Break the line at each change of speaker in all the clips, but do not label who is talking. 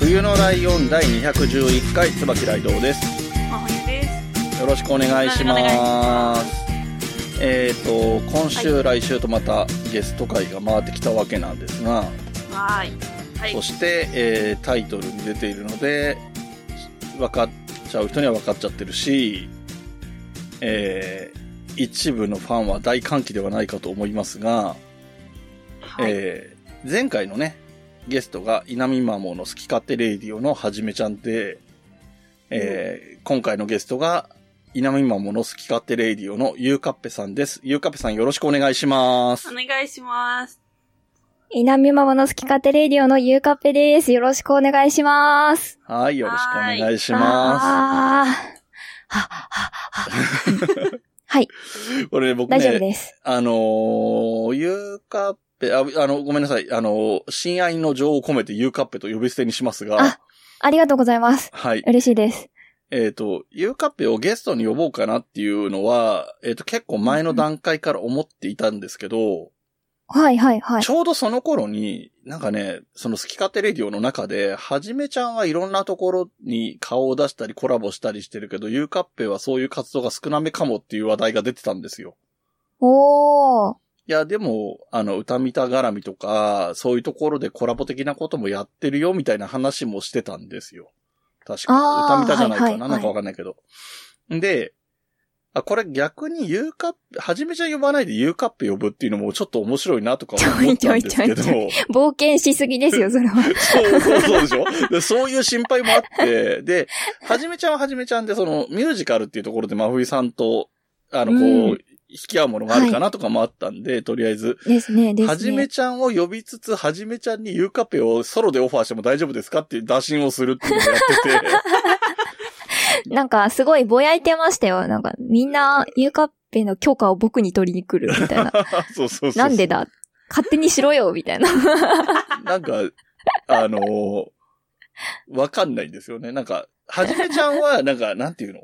冬のライオン第211回椿ライドウです
真冬です
よろしくお願いしま
よろしくお
すえっ、と今週、来週とまたゲスト会が回ってきたわけなんですが、
はーいは
そして、えータイトルに出ているので分かっちゃう人には分かっちゃってるし、えー一部のファンは大歓喜ではないかと思いますが、
はい、
えー前回のね、ゲストが稲見マモの好き勝手レイディオのはじめちゃんで、えー今回のゲストが稲見マモの好き勝手レイディオのゆうかっぺさんです。ゆうかっぺさんよろしくお願いします。
お願いします
稲見ママの好き勝手レディオのゆうかっぺです。よろしくお願いします。
はい、よろしくお願いしま
あーは、は、は。はい、
す。これ僕
大丈夫
ね、
です。
あのー、ゆうかっぺ、あ、あの、ごめんなさい。あのー、親愛の情を込めてゆうかっぺと呼び捨てにしますが
あ、ありがとうございます。
はい。
嬉しいです。
えっ、と、ゆうかっぺをゲストに呼ぼうかなっていうのは、えっ、と、結構前の段階から思っていたんですけど、
はい、はい、はい
ち。ょうどその頃に、なんかね、その好き勝手レディオの中で、はじめちゃんはいろんなところに顔を出したりコラボしたりしてるけど、ゆうかっぺはそういう活動が少なめかもっていう話題が出てたんですよ。
おー。
いや、でも、あの、歌見た絡みとか、そういうところでコラボ的なこともやってるよ、みたいな話もしてたんですよ。確か。
あー
歌見たじゃないかな、
はいはいはい
なんかわかんないけど。で、あ、これ逆に U カップ、はじめちゃん呼ばないで U カップ呼ぶっていうのもちょっと面白いなとか思ったんですけど、
ちょ冒険しすぎですよ、それは。
そうそうそうでしょ でそういう心配もあって、で、はじめちゃんははじめちゃんで、その、ミュージカルっていうところで、真冬さんと、あの、こう、
うん
引き合うものがあるかなとかもあったんで、とりあえず、
ですね、ですね。
はじめちゃんを呼びつつ、はじめちゃんにゆうかぺをソロでオファーしても大丈夫ですかっていう打診をするっていうのをやってて。
なんか、すごいぼやいてましたよ。なんか、みんな、ゆうかっぺの許可を僕に取りに来る、 みたいな。
そうそうそうそう。
なんでだ勝手にしろよ、みたいな。
なんか、あのーわかんないんですよね。なんか、はじめちゃんは、なんか、なんていうの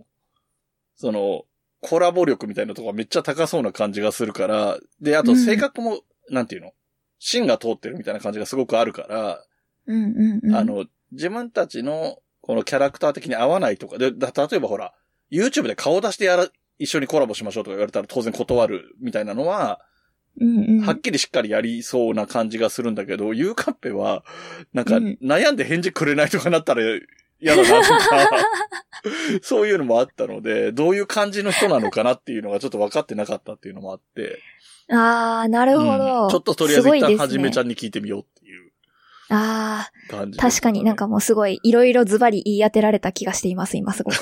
その、コラボ力みたいなとこがめっちゃ高そうな感じがするから、で、あと性格も、なんていうの芯が通ってるみたいな感じがすごくあるから、
うん、うん、うん。
あ、の、自分たちの、このキャラクター的に合わないとか、で、だ例えばほら、YouTube で顔出してやら、一緒にコラボしましょうとか言われたら当然断るみたいなのは、
うん、うん。
はっきりしっかりやりそうな感じがするんだけど、ゆうかっぺは、なんか
うん
悩んで返事くれないとかなったら嫌だなと か、そういうのもあったので、どういう感じの人なのかなっていうのがちょっと分かってなかったっていうのもあって、
あー、なるほど。
うんちょっととりあえず一旦はじ
すごい
めち
です
ゃ
ね
んに聞いてみようっていう
ああ、
感じで
確
す
か
ね、
になんかもうすごい、いろいろズバリ言い当てられた気がしています、今すごく。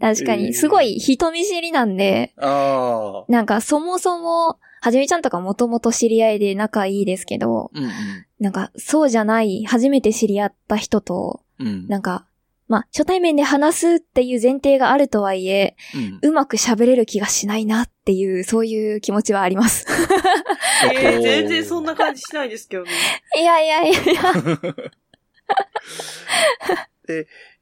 確か
えー
に、すごい人見知りなんで、
ああ。
なんかそもそも、はじめちゃんとかもともと知り合いで仲いいですけど、
うん
なんかそうじゃない、初めて知り合った人と、
うん。うん。
なんか、まあ、初対面で話すっていう前提があるとはいえ、
うん
うまく喋れる気がしないなっていう、そういう気持ちはあります。
えー、全然そんな感じしないですけどね
いやいやいやいや。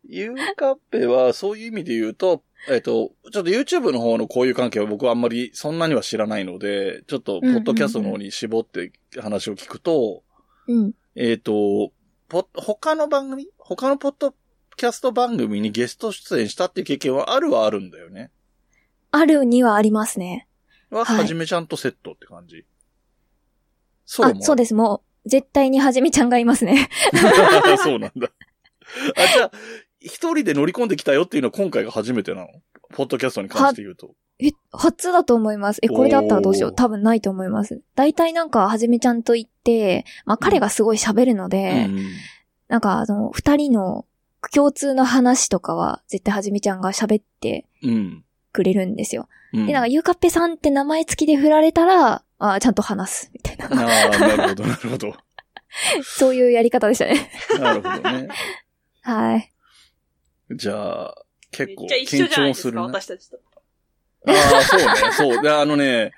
ゆうかっぺは、そういう意味で言うと、えっ、と、ちょっと YouTube の方の交友関係は僕はあんまりそんなには知らないので、ちょっと、ポッドキャストの方に絞って話を聞くと、
うん。
えっ、と、ポ他の番組他のポッドキャスト番組にゲスト出演したっていう経験はあるはあるんだよね。
あるにはありますね。
は、
はい
はじめちゃんとセットって感じ。そう
あ
も、
そうです。もう、絶対にはじめちゃんがいますね。
す。 そうなんだ。あ、じゃあ、一人で乗り込んできたよっていうのは今回が初めてなのポッドキャストに関して言うと。
え、初だと思います。え、これだったらどうしよ
おー
う。多分ないと思います。大体なんか、はじめちゃんと言って、まあ彼がすごい喋るので、
うん
なんかあの、二人の共通の話とかは、絶対はじめちゃんが喋って
うん。
くれるんですよ。
うん
で、なんか、ゆうかっぺさんって名前付きで振られたら、あちゃんと話す、みたいい な
あ。あ、なるほど、なるほど。
そういうやり方でしたね。
なるほどね。
はい。
じゃあ、
め
結
っ
構
ちゃ一緒
緊
じゃないで
張
す
す
か、
るね。
私たちと。
ああ、そうね、そう。で、あのね、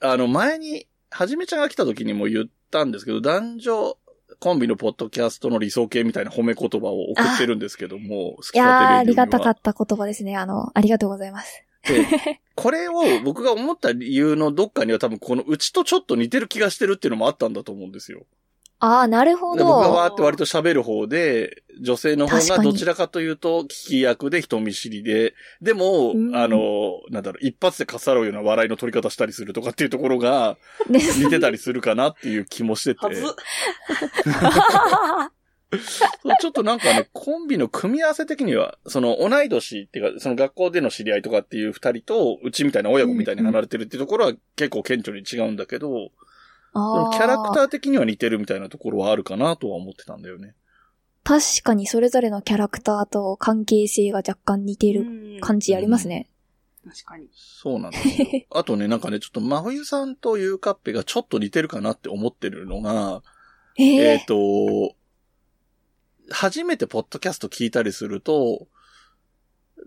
あの、前に、はじめちゃんが来た時にも言ったんですけど、男女コンビのポッドキャストの理想形みたいな褒め言葉を送ってるんですけども、好き
いやー、
勝
あ
手レ
り
ディオ
が
には
たかった言葉ですね。あの、ありがとうございます。
で、これを僕が思った理由のどっかには多分このうちとちょっと似てる気がしてるっていうのもあったんだと思うんですよ。
ああ、なるほ
で僕が
ど。
わーって割と喋る方で、女性の方
確か
が
に
どちらかというと聞き役で人見知りで、でも、
うん
あの、なんだろう、一発でかっさらうような笑いの取り方したりするとかっていうところが
ね
似てたりするかなっていう気もしてて
は、ず。
ちょっとなんかね、 コンビの組み合わせ的には、その同い年っていうか、その学校での知り合いとかっていう二人と、うちみたいな親子みたいに離れてるっていうところは結構顕著に違うんだけど、で
あ
も
ー
キャラクター的には似てるみたいなところはあるかなとは思ってたんだよね。
確かにそれぞれのキャラクターと関係性が若干似てる
うん
感じありますね。
確かに。
そうなんです よ。あとね、なんかね、ちょっと真冬さんとゆうかっぺがちょっと似てるかなって思ってるのが、
え
えっ、
え
と、初めてポッドキャスト聞いたりすると、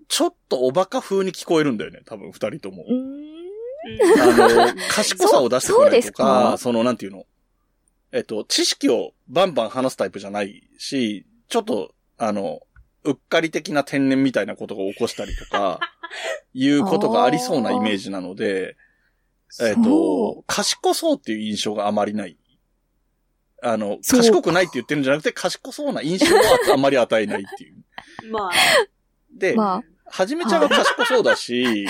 ちょっとおバカ風に聞こえるんだよね、多分二人とも。
うーん。
あの、賢さを出してこないとか、
そうそうですか
その、なんていうの。えっと、知識をバンバン話すタイプじゃないし、ちょっと、あの、うっかり的な天然みたいなことが起こしたりと か、いうことがありそうなイメージなので、えっ
そ
と、賢そうっていう印象があまりない。あの、
そう
賢くないって言ってるんじゃなくて、賢そうな印象はあまり与えないっていう。
まあ、
で、
まあ、
はじめちゃんは賢そうだし、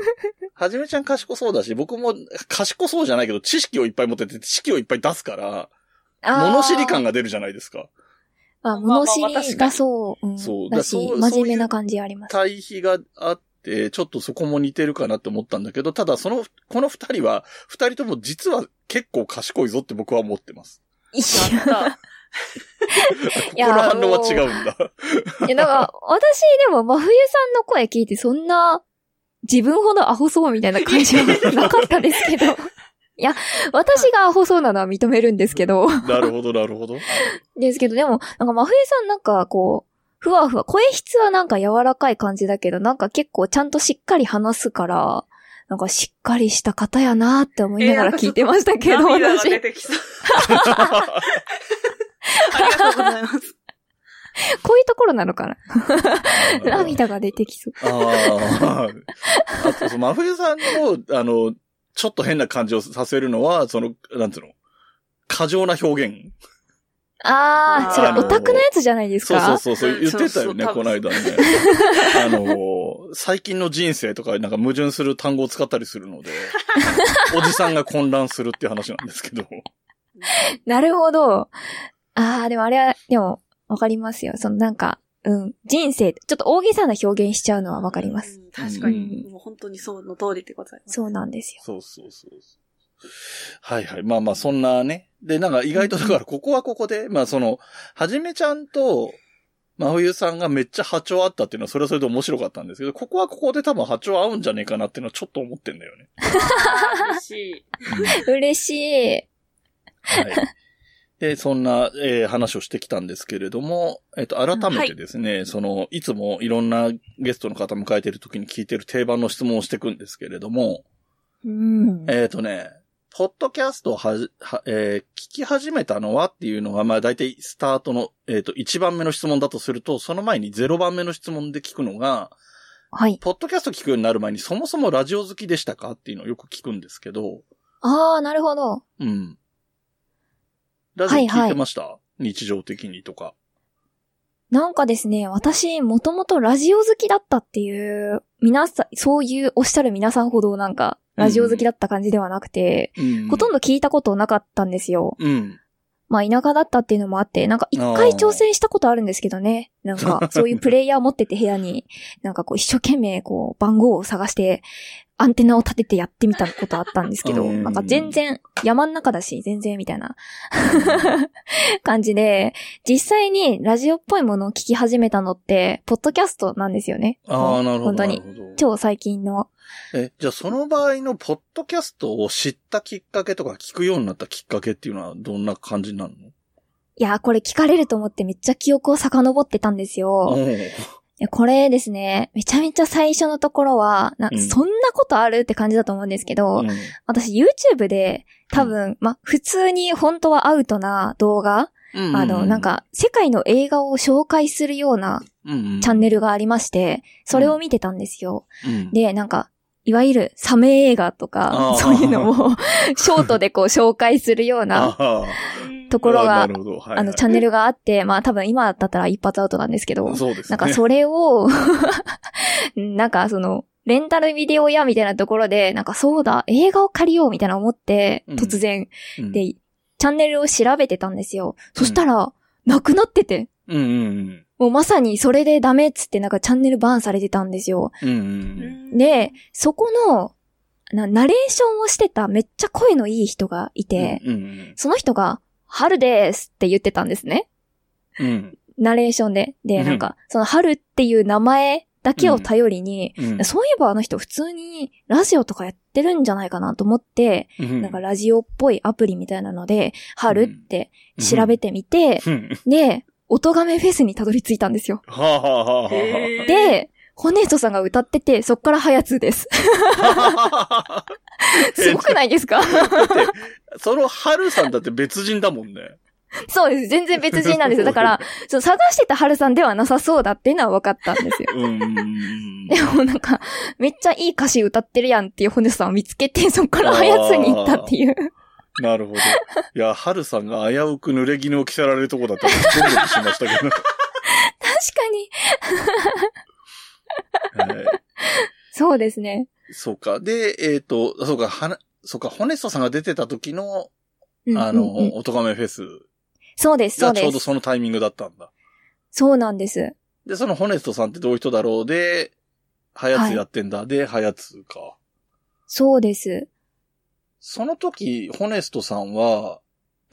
はじめちゃん賢そうだし、僕も賢そうじゃないけど、知識をいっぱい持ってて、知識をいっぱい出すから、
あー
物知り感が出るじゃないですか。
まあ、
まあ
物知
まあ確か
り
に
だそう。うん、
そう
だ
だ
し、
そう
真面目な感じあります。
対比があって、ちょっとそこも似てるかなって思ったんだけど、ただその、この二人は、二人とも実は結構賢いぞって僕は思ってます。
い
やった。
ここ
や
の反応は違うん だ。
や、いやなんか、私でも真冬さんの声聞いて、そんな、自分ほどアホそうみたいな感じはなかったです けど。いや、私がアホそうなのは認めるんですけど。
なるほど、なるほど。
ですけど、でも、なんか真冬さんなんかこう、ふわふわ、声質はなんか柔らかい感じだけど、なんか結構ちゃんとしっかり話すから、なんかしっかりした方やなーって思いながら聞いてましたけど、
涙が
私
出。てきそう。ありがとうござい ます。
こういうところなのかな涙が出てきそう。
ああ。あと、その真冬さんの、あの、ちょっと変な感じをさせるのは、その、なんつうの、過剰な表現。
あー、それ
あの
オタクのやつじゃないです
そうそう
か
そうそう、言ってたよね、
そうそ
こ
う
の間ね。あの、最近の人生とか、なんか矛盾する単語を使ったりするので、おじさんが混乱するっていう話なんですけど。
なるほど。あー、でもあれは、でも、わかりますよ。そのなんか、うん、人生、ちょっと大げさな表現しちゃうのはわかります。
うん。確かに。
うん
もう本当にその通りでございます。
そうなんですよ。
そうそうそうそう。はいはい。まあまあ、そんなね。で、なんか意外とだから、ここはここで、まあその、はじめちゃんと、真冬さんがめっちゃ波長あったっていうのは、それはそれで面白かったんですけど、ここはここで多分波長合うんじゃねえかなっていうのはちょっと思ってんだよね。
あー嬉しい。
嬉しい。
はい。で、そんな、えー話をしてきたんですけれども、えっ、と、改めてですね、その、いつもいろんなゲストの方迎えてる時に聞いてる定番の質問をしていくんですけれども、
うん。
えっ、とね、ポッドキャストをはじ、は、えー聞き始めたのはっていうのが、まあ大体スタートの、えっ、と、1番目の質問だとすると、その前に0番目の質問で聞くのが、
はい。
ポッドキャスト聞くようになる前にそもそもラジオ好きでしたかっていうのをよく聞くんですけど、
あー、なるほど。
うん。ラジオ
はいはい
聞いてました、日常的にとか。
なんかですね、私、もともとラジオ好きだったっていう、皆さん、そういうおっしゃる皆さんほどなんか、ラジオ好きだった感じではなくて、
うん
ほとんど聞いたことなかったんですよ。
うん。
まあ、田舎だったっていうのもあって、なんか一回挑戦したことあるんですけどね。な んか、そういうプレイヤー持ってて部屋に、なんかこう一生懸命こう番号を探して、アンテナを立ててやってみたことあったんですけど、
うん
なんか全然、山ん中だし、全然みたいな 感じで、実際にラジオっぽいものを聞き始めたのって、ポッドキャストなんですよね。
ああ、なるほど。
本当に。
なるほど
超最近の。
え、じゃあその場合のポッドキャストを知ったきっかけとか聞くようになったきっかけっていうのはどんな感じになる
いやー、これ聞かれると思ってめっちゃ記憶を遡ってたんです
の
よ。
う
い
ん
やこれですね、めちゃめちゃ最初のところは、な
うん
そんなことあるって感じだと思うんですけど、
うん
私 YouTube で多分、まあ、普通に本当はアウトな動画、
うん
あの、なん、か、世界の映画を紹介するような
チャ
チャンネルがありまして、それを見てたんですよ。
ル、
で、なんか、いわゆるサメ映画と
あー、
かそういうのを、ショートでこう紹介するような、
あ
ところが
あなるほどはいはい
あの、チャンネルがあって、まあ多分今だったら一発アウトなんですけど、
そうです
な
ね。
んかそれを、 なんかその、レンタルビデオ屋みたいなところで、なんかそうだ、映画を借りようみたいな思って、
うん
突然、
うん
で、チャンネルを調べてたんですよ。そしたら、なくなってて、
うんうん
もうまさにそれでダメっつってなんかチャンネルバーンされてたんですよ。
うん。うんうん
で、そこの、な、ナレーションをしてためっちゃ声のいい人がい
うん。
て、
うんうん
その人が、春ですって言ってたんですね。
うん。
ナレーションで。
う
で、
ん
なんか、その春っていう名前だけを頼りに、
うん
そういえばあの人普通にラジオとかやってるんじゃないかなと思って、
うん
なんかラジオっぽいアプリみたいなので、春って調べて みて、
うんうん
で、音亀フェスにたどり着いたんですよ。
はあはあはあはあ
へー、
で、ホネストさんが歌ってて、そっからハヤツーです。すごくないですか
だって、その春さんだって別人だもんね。
そうです。全然別人なんですよ。だから、その探してた春さんではなさそうだっていうのは分かったんですよ。
う んうんうん。
でもなんか、めっちゃいい歌詞歌ってるやんっていうホネスさんを見つけて、そっからハヤツーに行ったっていう。
なるほど。いや、春さんが危うく濡れ衣を着せられるとこだったら、ドキドキしましたけど。
確かに。
はい
そうですね。
そうか。で、えっ、と、そうか、はな、そうか、ホネストさんが出てた時の、
うん
あの、
うんうん
おとがめフェス
そうです、そ
が
う
ちょう
で
ど
す。
そのタイミングだったんだ。
そうなんです。
で、そのホネストさんってどういう人だろうで、ハヤツやってんだ。で、ハヤツか。
そうです。
その時、ホネストさんは、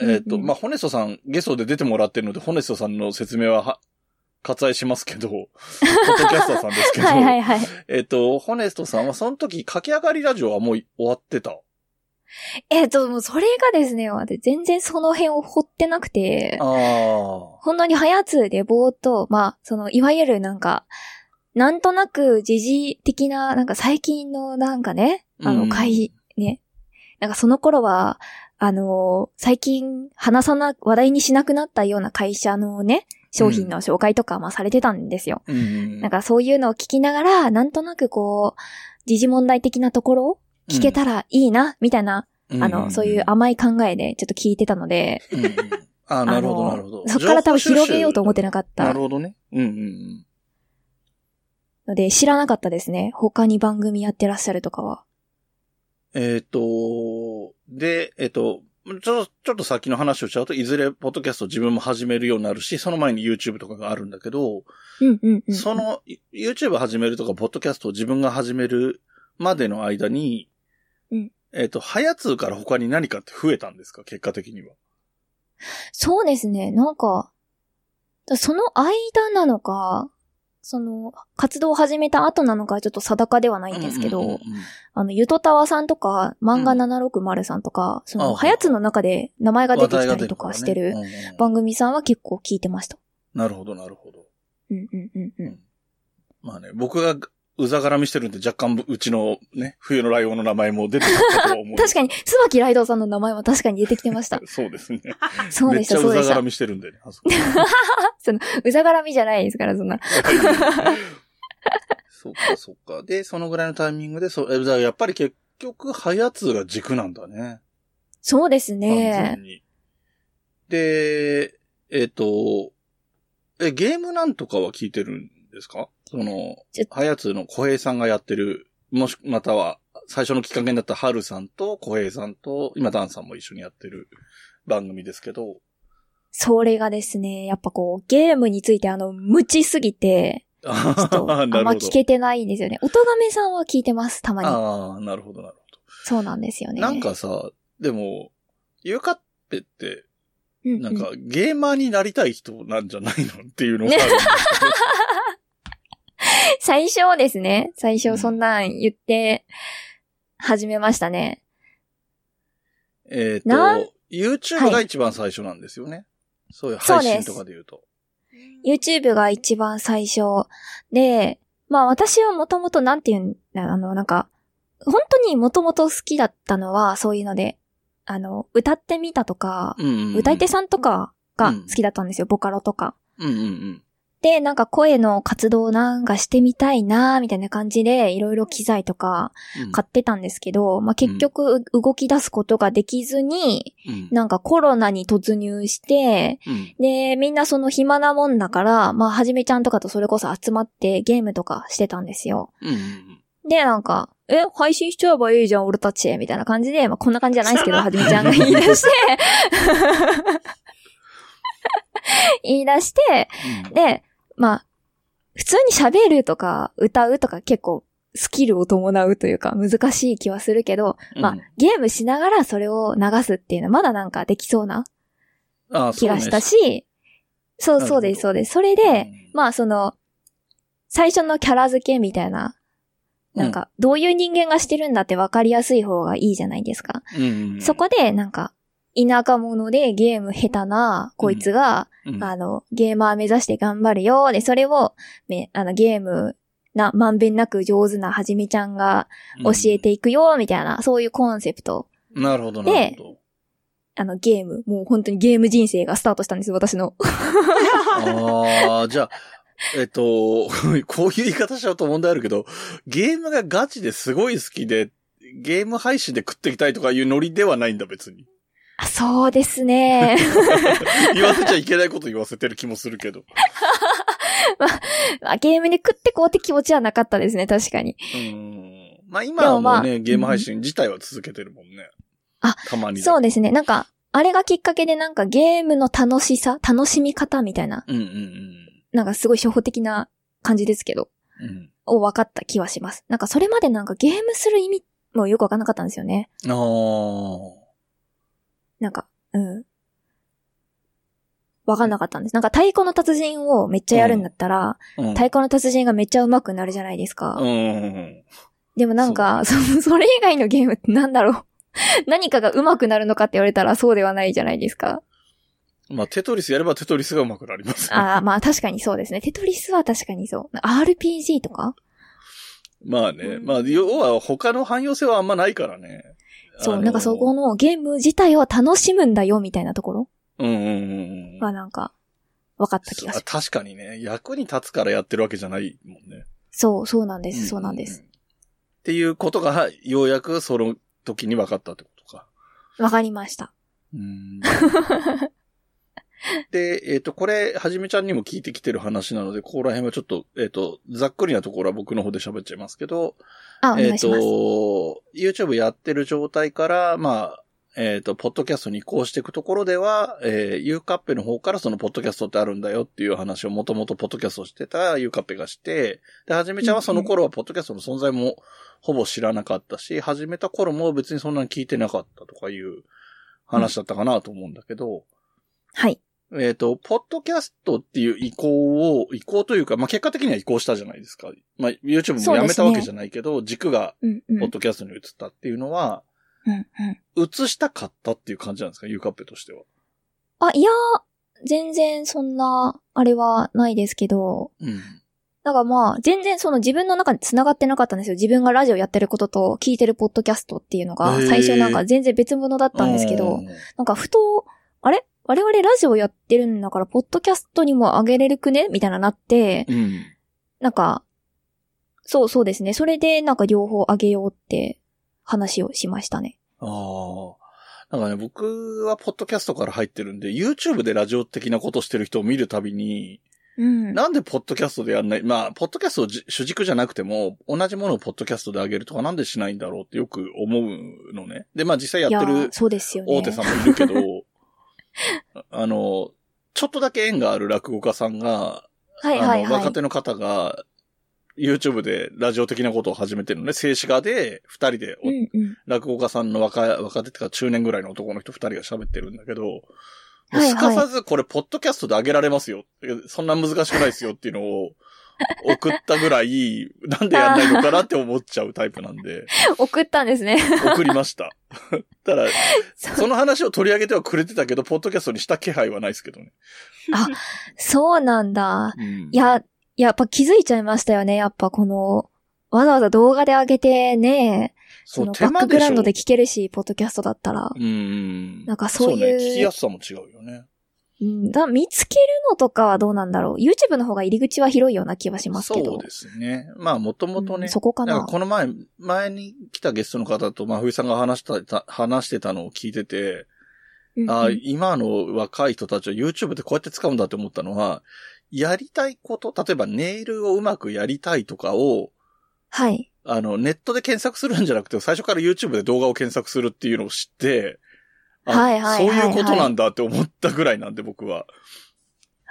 えっ、と、
うんうん
まあ、ホネストさん、ゲストで出てもらってるので、ホネストさんの説明はは、割愛しますけ ど、ポッドキャスターさんですけど、
はいはいはい。
えっと、ホネストさんは、その時、駆け上がりラジオはもう終わってた。
えっ、と、もうそれがですね、私全然その辺を掘ってなくて
あ、あ。
本当にハヤツーでぼーっと、まあ、その、いわゆるなんか、なんとなく時事的な、なんか最近のなんかね、あ
う
の、
ん
会、ね。なんかその頃は、あのー最近話さな、話題にしなくなったような会社のね、商品の紹介とか、まあされてたんですよ。
うん
なんかそういうのを聞きながら、なんとなくこう、時事問題的なところを聞けたらいいな、みたいな、
うん
あの、そういう甘い考えでちょっと聞いてたので、
うんうんああ、なるほど、
あの
なるほど。
そっから多分広げようと思
っ
ってなかった
な
た
るほどね。うんうんうん。
ので、知らなかったですね。他に番組やってらっしゃるとかは。
えっ、と、で、えっ、と、ちょっと、ちょっと先の話をしちゃうと、いずれ、ポッドキャスト自分も始めるようになるし、その前に YouTube とかがあるんだけど、
うんうんうん。
そ、の、い YouTube を始めるとか、ポッドキャストを自分が始めるまでの間に、
うん
えっ、と、ハヤツーから他に何かって増えたんですか結果的には。
そうですね。なんか、だその間なのか、その、活動を始めた後なのか、ちょっと定かではないんですけど、
うんうんうんうん
あの、ゆとたわさんとか、漫画760さんとか、そ
あ
の、
あ
はやつの中で名前が出て
話題
きた
が出
り
る
と
から
か
ね
してる
うんうん
番組さんは結構聞いてました。
なるほど、なるほど。
うんうんうんうん。
まあね、僕がうざがらみしてるんで若干ぶうちのね、冬のライオンの名前も出てきたとは思う。。
確かに、椿ライドウさんの名前も確かに出てきてました
そうですね。
そう
め
で
っ
し
ち
た、
ゃ
そう
う
で
ざ
し
が
た
ら。みしてるんでね、あそこ。
うざがらみじゃないですから、そんな。
そうか、そうか。で、そのぐらいのタイミングで、そう、えだからやっぱり結局、ハヤツが軸なんだね。
そうです
完
ね
全。に。で、えっ、と、え、ゲームなんとかは聞いてるんですかその
ちょ、
はやつの小平さんがやってる、もし、または、最初のきっかけになった春さんと小平さんと、今ダンさんも一緒にやってる番組ですけど、
それがですね、やっぱこう、ゲームについてあの、無知すぎて、
あ
ちょっと、あ
あ
ん
なる
ま
ほ
聞
ど。
けてないんですよね。音亀さんは聞いてます、たまに。
ああ、なるほど、なるほ
そうなんですよ
ど。
ね。
なんかさ、でも、ゆかっぺって、
うう、
なんか、ゲーマーになりたい人なんじゃないのっていうの があるんですけど。
最初ですね。最初そんなん言って、始めましたね。
えっ
なん
と、YouTube が一番最初なんですよね。そういう配信とかで言うと。
YouTube が一番最初で、まあ私はもともとなんていうんだ、あの、なんか、本当にもともと好きだったのは、そういうので、あの、歌ってみたとか、
うんうんうん
歌い手さんとかが好きだったんですよ、ボカロとか。
うんうんうん。
で、なんか声の活動なんかしてみたいなーみたいな感じで、いろいろ機材とか
うん
買ってたんですけど、まあ結局動き出すことができずに、
うん
なんかコロナに突入して、
うん
で、みんなその暇なもんだから、まあ、はじめちゃんとかとそれこそ集まってゲームとかしてたんですよ。
うんうん
で、なんか、え、配信しちゃえばいいじゃん、俺たち、みたいな感じで、まあ、こんな感じじゃないですけど、はじめちゃんが言い出して、言い出して、で、まあ、普通に喋るとか、歌うとか結構、スキルを伴うというか、難しい気はするけど、
うん
まあ、ゲームしながらそれを流すっていうのは、まだなんかできそうな
ああ
気がした、し、そう
ね
そうです、そうです。それ
そう
で、
ね
まあその、最初のキャラ付けみたいな、なん、か、どういう人間がしてるんだって分かりやすい方がいいじゃないですか。
うんうんうん
そこで、なんか、田舎者でゲーム下手な、こいつが、
うん
あの、ゲーマー目指して頑張るよ。で、それを、めあの、ゲームな、まんべんなく上手なはじめちゃんが教え、ていくよ、みたいな、そういうコンセプト。
うんなるほど、なるほど。
あの、ゲーム、もう本当にゲーム人生がスタートしたんです、私の。
ああ、じゃあ、えっと、 こういう言い方しちゃうと問題あるけど、ゲームがガチですごい好きで、ゲーム配信で食っていきたいとかいうノリではないんだ、別に。
あそうですね。
言わせちゃいけないこと言わせてる気もするけど。
まあ、ゲームに食ってこうって気持ちはなかったですね、確かに。
うん。まあ今はもうね、
まあ
ゲーム配信自体は続けてるもんね。
あ、
たまにだけど
そうですね、なんか、あれがきっかけでなんかゲームの楽しさ、楽しみ方みたいな、
うんうん
なんかすごい初歩的な感じですけど、
うん。うん
を分かった気はします。なんかそれまでなんかゲームする意味もよくわかんなかったんですよね。
ああ。
なんか、うん。わかんなかったんです。なんか太鼓の達人をめっちゃやるんだったら、
うん。
太鼓の達人がめっちゃ上手くなるじゃないですか。
うんうんうん。
でもなんか、そのそれ以外のゲームってなんだろう。 何かが上手くなるのかって言われたらそうではないじゃないですか。
まあテトリスやればテトリスが上手くなります、ね。
ああ、まあ確かにそうですね。テトリスは確かにそう。RPG とか
まあね。まあ要は他の汎用性はあんまないからね。
そ
あ
う、
の
なんかそこのゲーム自体を楽しむんだよみたいなところ
うんうんうんうん。
はなんか、分かった気がす
あ
る。
確かにね、役に立つからやってるわけじゃないもんね。
そう、そうなんです。
ん
そうなんです。。
っていうことが、はいようやくその時に分かったってことか。
わかりま した。
うーんで、えっ、と、これ、はじめちゃんにも聞いてきてる話なので、ここら辺はちょっと、えっ、と、ざっくりなところは僕の方で喋っちゃいますけど、
あ、お
え
願
っ、
いします。
と、YouTube やってる状態から、まあ、えっ、と、ポッドキャストに移行していくところでは、えー、ゆうかっぺの方からそのポッドキャストってあるんだよっていう話をもともとポッドキャストをしてたゆうかっぺがして、で、はじめちゃんはその頃はポッドキャストの存在もほぼ知らなかったし、始めた頃も別にそんなに聞いてなかったとかいう話だったかなと思うんだけど、
はい。
えっ、と、ポッドキャストっていう移行を、移行というか、まあ、結果的には移行したじゃないですか。まあ、YouTube もやめたわけじゃないけど、軸が
うんうん。う
ポッ
ん
ドキャストに移ったっていうのは、
うん。
移したかったっていう感じなんですか、ゆうかっぺとしては。
あ、いやー、全然そんな、あれはないですけど、
うん。
だからまあ、全然その自分の中で繋がってなかったんですよ。自分がラジオやってることと聞いてるポッドキャストっていうのが
へ、ー
最初なんか全然別物だったんですけど、なんかふと、あれ我々ラジオやってるんだから、ポッドキャストにもあげれるくねみたいななって、
うん。
なんか、そうそうですね。それでなんか両方あげようって話をしましたね。
ああ。なんかね、僕はポッドキャストから入ってるんで、YouTube でラジオ的なことしてる人を見るたびに、
うん。
なんでポッドキャストでやんない、まあ、ポッドキャストをじ主軸じゃなくても、同じものをポッドキャストであげるとかなんでしないんだろうってよく思うのね。で、まあ実際やって
いや
る
ーそうですよね。
大手さんもいるけ ど、あの、ちょっとだけ縁がある落語家さんが、
はいはい
あの、
は
若
い。
手の方が、YouTube でラジオ的なことを始めてるのね。静止画で、二人でお、
うんうん。
落語家さんの若い、若手ってか中年ぐらいの男の人二人が喋ってるんだけど、もう
はいはい
すかさずこれ、ポッドキャストで上げられますよ。そんな難しくないですよっていうの を送ったぐらい、なんでやんないのかなって思っちゃうタイプなん で、
送ったんですね。
送りました。 ただ、
そう
その話を取り上げてはくれてたけど、ポッドキャストにした気配はないですけどね。
そうなんだ。
うん
い、や、やっぱ気づいちゃいましたよね。やっぱこの、わざわざ動画で上げてね、
そ
そうの
手
バッ
間
ク
でし
グラウ
ょ
ンドで聞けるし、ポッドキャストだったら。
うん。
なんかそういう
ね、聞きやすさも違うよね。
うん、だ見つけるのとかはどうなんだろう。YouTube の方が入り口は広いような気はしますけど。
そうですね。まあ、もともと
う
ね
ん、そこか
なん
な
か。この前、前に来たゲストの方と、まあ、冬さんが話したた、話してたのを聞いてて、
うん
ああ
うん
今の若い人たちは YouTube でこうやって使うんだって思ったのは、やりたいこと、例えばネイルをうまくやりたいとかを、
はい。
あの、ネットで検索するんじゃなくて、最初から YouTube で動画を検索するっていうのを知って、あ
はいはいはいはい
そういうことなんだって思ったぐらいなんで、僕は。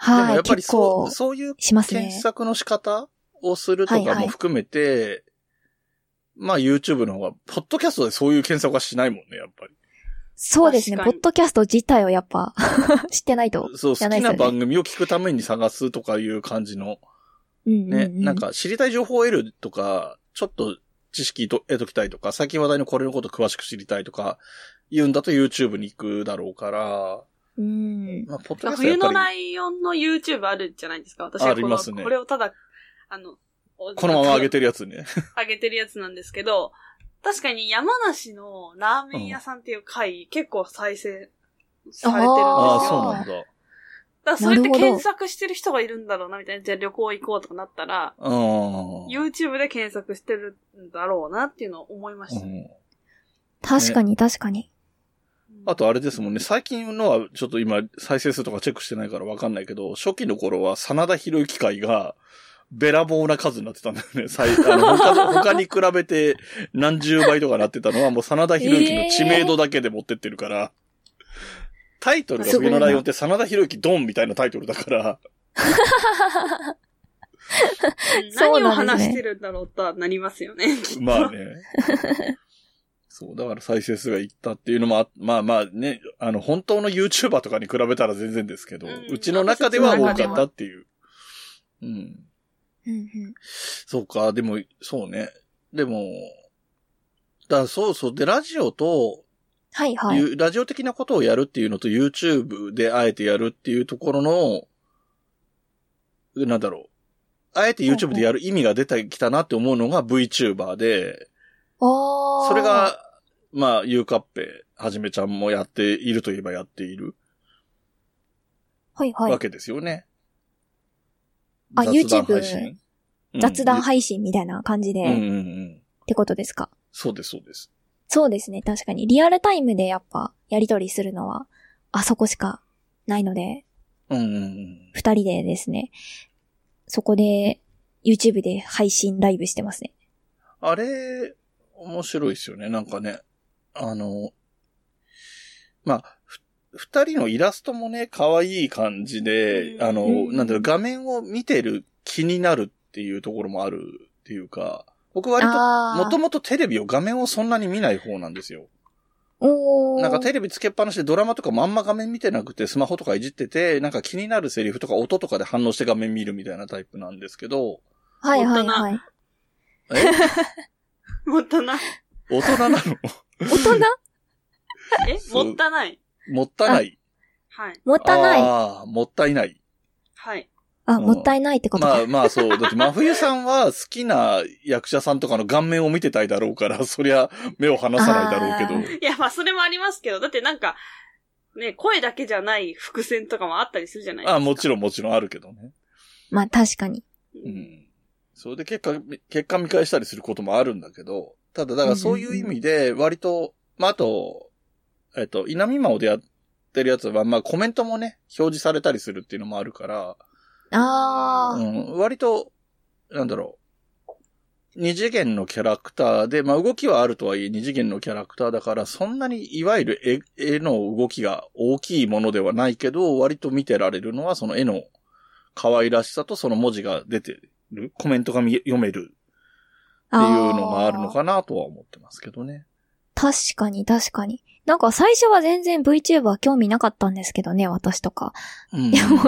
でも
は
やっ
い。
ぱり
結
そ
構
う、、そういう
しますね
検。索の仕方をすると
はい
か
はい
も含めて、まあ YouTube の方が、ポッドキャストでそういう検索はしないもんね、やっぱり。
そうですね。
確
ポ
かに
ッドキャスト自体をやっぱ、 知ってないと。
そう、好
じゃない
き
ですよ
な番
ね
組を聞くために探すとかいう感じの、
うん、
ね、
うん。
なん、か知りたい情報を得るとか、ちょっと知識と得ときたいとか、最近話題のこれのこと詳しく知りたいとか、言うんだと YouTube に行くだろうから、
うん。
まあ、ポッドキャストはや
冬
っぱ
の
り
ライオンの YouTube あるじゃないですか。私はこ
あり
の
ますね
これをただ、あの、
このまま上げ
て。
てるやつね。
上げてるやつなんですけど、確かに山梨のラーメン屋さんっていう回、結構再生されてるんですよ。
あ
あ
ー
あ、そう
だ
なんだ。
だからそれって
なるほど
検索してる人がいるんだろうな、みたいな。じゃあ旅行行こうとかなったら、
うん。
YouTube で検索してるんだろうなっていうのを思いました。
うん
確かに、確かに。
あとあれですもんね、最近のはちょっと今再生数とかチェックしてないからわかんないけど、初期の頃は真田広之会が、べらぼうな数になってたんだよね。最あの他他に比べて何十倍とかなってたのは、もう真田広之の知名度だけで持ってってるから、タイトルが
すごい
冬
な
のライオンって真田広之ドンみたいなタイトルだから、
うん
そう
何を
なんです
話
ね
してるんだろうとはなりますよね。 きっと
まあね。そう、だから再生数がいったっていうのもあ、まあまあね、あの、本当の YouTuber とかに比べたら全然ですけど、う
うん
ちの中では多かったっていう。うん。
うんうん。
そうか、でも、そうね。でも、だからそうそう。で、ラジオと、
はいはい。
ゆラジオ的なことをやるっていうのと YouTube であえてやるっていうところの、なんだろう。あえて YouTube でやる意味が出てきたなって思うのが VTuber で、
ああ。
それ、が、まあ、ゆうかっぺ、はじめちゃんもやっているといえばやっている
はいは
わ
い。
けですよね。
あ
雑談
YouTube
配信うん
雑談配信みたいな感じで、
うんう
っ
んうん。
てことですか。
そうです、そうです。
そうですね、確かに。リアルタイムでやっぱ、やりとりするのは、あそこしかないので、
うんうんうん。
二人でですね、そこで、YouTube で配信ライブしてますね。
あれ、面白いですよね。なんかね、あの、まあ、ふ二人のイラストもね、可愛い感じで
う、ん
あの、
うん
なんだろう、画面を見てる気になるっていうところもあるっていうか、僕割と、
あ
も
あ
ともとテレビを画面をそんなに見ない方なんですよ。
おー
なんかテレビつけっぱなしでドラマとかもあんま画面見てなくて、スマホとかいじってて、なんか気になるセリフとか音とかで反応して画面見るみたいなタイプなんですけど、
はいはいはい。
もったいない。
大人な の
大人
え
そう
もったいない。
もったいない。
はい。
もったいない。
ああ、もったいない。
はい。
あ、
うん
もったいないってことか。
まあまあそう。だって真冬さんは好きな役者さんとかの顔面を見てたいだろうから、そりゃ目を離さないだろうけど。
いや、まあ、それもありますけど、だってなんか、ね、声だけじゃない伏線とかもあったりするじゃないです
あ
か。
あ、もちろんもちろんあるけどね。
まあ確かに。
う
うん
ん。それで結果、結果見返したりすることもあるんだけど、ただ、だからそういう意味で、割と、まあ、あと、えっと、稲見真央でやってるやつは、まあ、コメントもね、表示されたりするっていうのもあるから、う
あ
ん、割と、なんだろう、二次元のキャラクターで、まあ、動きはあるとはいえ、二次元のキャラクターだから、そんなに、いわゆる絵、絵の動きが大きいものではないけど、割と見てられるのは、その絵の可愛らしさとその文字が出てる、コメントが見読めるっていうのがあるのかなとは思ってますけどね。
確かに、確かに。なんか最初は全然 VTuber 興味なかったんですけどね、私とか。
うん
でも、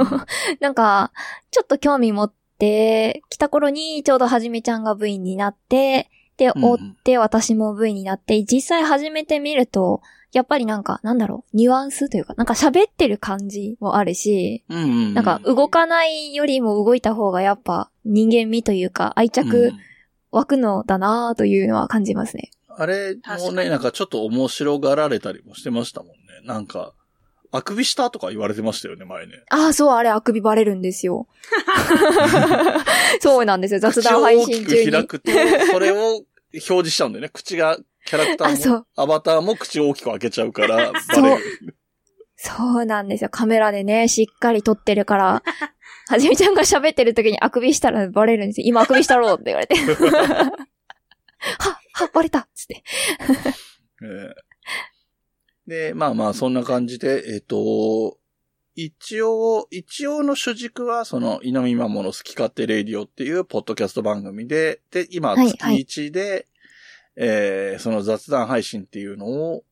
なんか、ちょっと興味持ってきた頃に、ちょうどはじめちゃんが V になって、で、
うん
追って私も V になって、実際始めてみると、やっぱりなんか、なんだろう、ニュアンスというか、なんか喋ってる感じもあるし、
うんうん、
なんか
う
動かないよりも動いた方がやっぱ人間味というか愛
う
着
ん
湧くのだなというのは感じますね。
あれも
確か
ね、
に
なんかちょっと面白がられたりもしてましたもんね。なんか、あくびしたとか言われてましたよね、前ね。
ああ、そう、あれあくびバレるんですよ。 そうなんですよ、雑談配信中
口を
に
大き。く開くと、それを表示しちゃうんだよね。口が、キャラクタ
あ、
ー
そ
も、
う。
アバターも口を大きく開けちゃうから、
そう
バレる。
そうなんですよ。カメラでね、しっかり撮ってる から、はじめちゃんが喋ってる時にあくびしたらバレるんですよ。今あくびしたろうって言 われて。は、は、バレたっつって。
ええで、まあまあ、そんな感じで、えっ、と、一応、一応の主軸は、その、稲見まもの好き勝手レイディオっていうポッドキャスト番組で、で、今、
はい
月1で、えーその雑談配信っていうのを、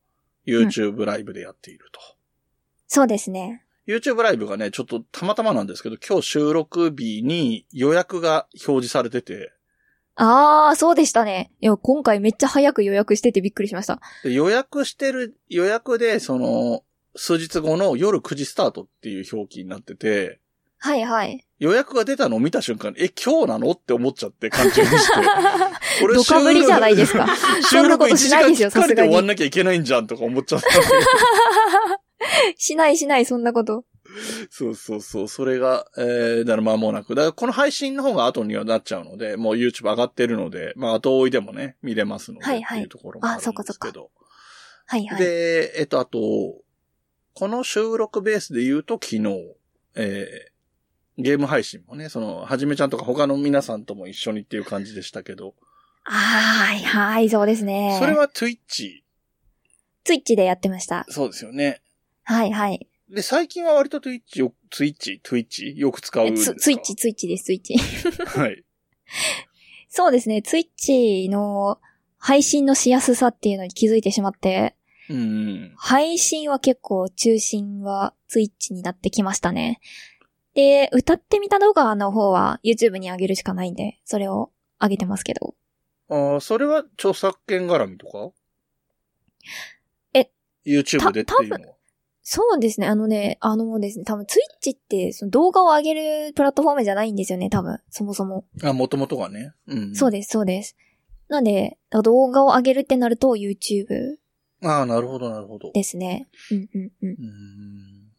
YouTube ライブでやっていると。
そうですね。
YouTube ライブがね、ちょっとたまたまなんですけど、今日収録日に予約が表示されてて、
ああ、そうでしたね。いや、今回めっちゃ早く予約しててびっくりしました。
で予約してる、予約で、その、数日後の夜9時スタートっていう表記になってて、
はいはい。
予約が出たのを見た瞬間、え、今日なのって思っちゃって、勘違い して。こ
ドカぶりじゃないですか。 そ
収
んな
録
こ
1
とし
時
ない
間
です
き
よ
っかり
さ
で
すがに
終わんなきゃいけないんじゃんとか思っちゃった。
しないしない、そんなこと。
そうそうそう。それが、えー、だから間もなく。だからこの配信の方が後にはなっちゃうので、もう YouTube 上がってるので、まあ後追いでもね、見れますので、
はいはい
っていうところもあるんですけど。
あそっかそっはいはい。
で、えっと、あと、この収録ベースで言うと昨日、えー、ゲーム配信もね、その、はじめちゃんとか他の皆さんとも一緒にっていう感じでしたけど、
あーはいはい、そうですね。
それは Twitch、
ツイッチでやってました。
そうですよね。
はいはい。
で、最近は割と Twitch よ、Twitch、Twitch よく使うんです
ツ
か
ツイッチ、。ツイッチです、ツイッチ。
はい。
そうですね、ツイッチの配信のしやすさっていうのに気づいてしまって、
うん。
配信は結構中心はツイッチになってきましたね。で、歌ってみた動画の方は YouTube に上げるしかないんで、それを上げてますけど。
ああ、それは著作権絡みとか
え
?YouTube でっていうのは。
そうですね。あのね、あのですね、多分ツイッチってその動画を上げるプラットフォームじゃないんですよね、多分。そもそも。
あ、もともとがね。うん。
そうです、そうです。なんで、動画を上げるってなると YouTube
ああ、なるほど、なるほど。
ですね。うんうんう
う
ん。
ーん。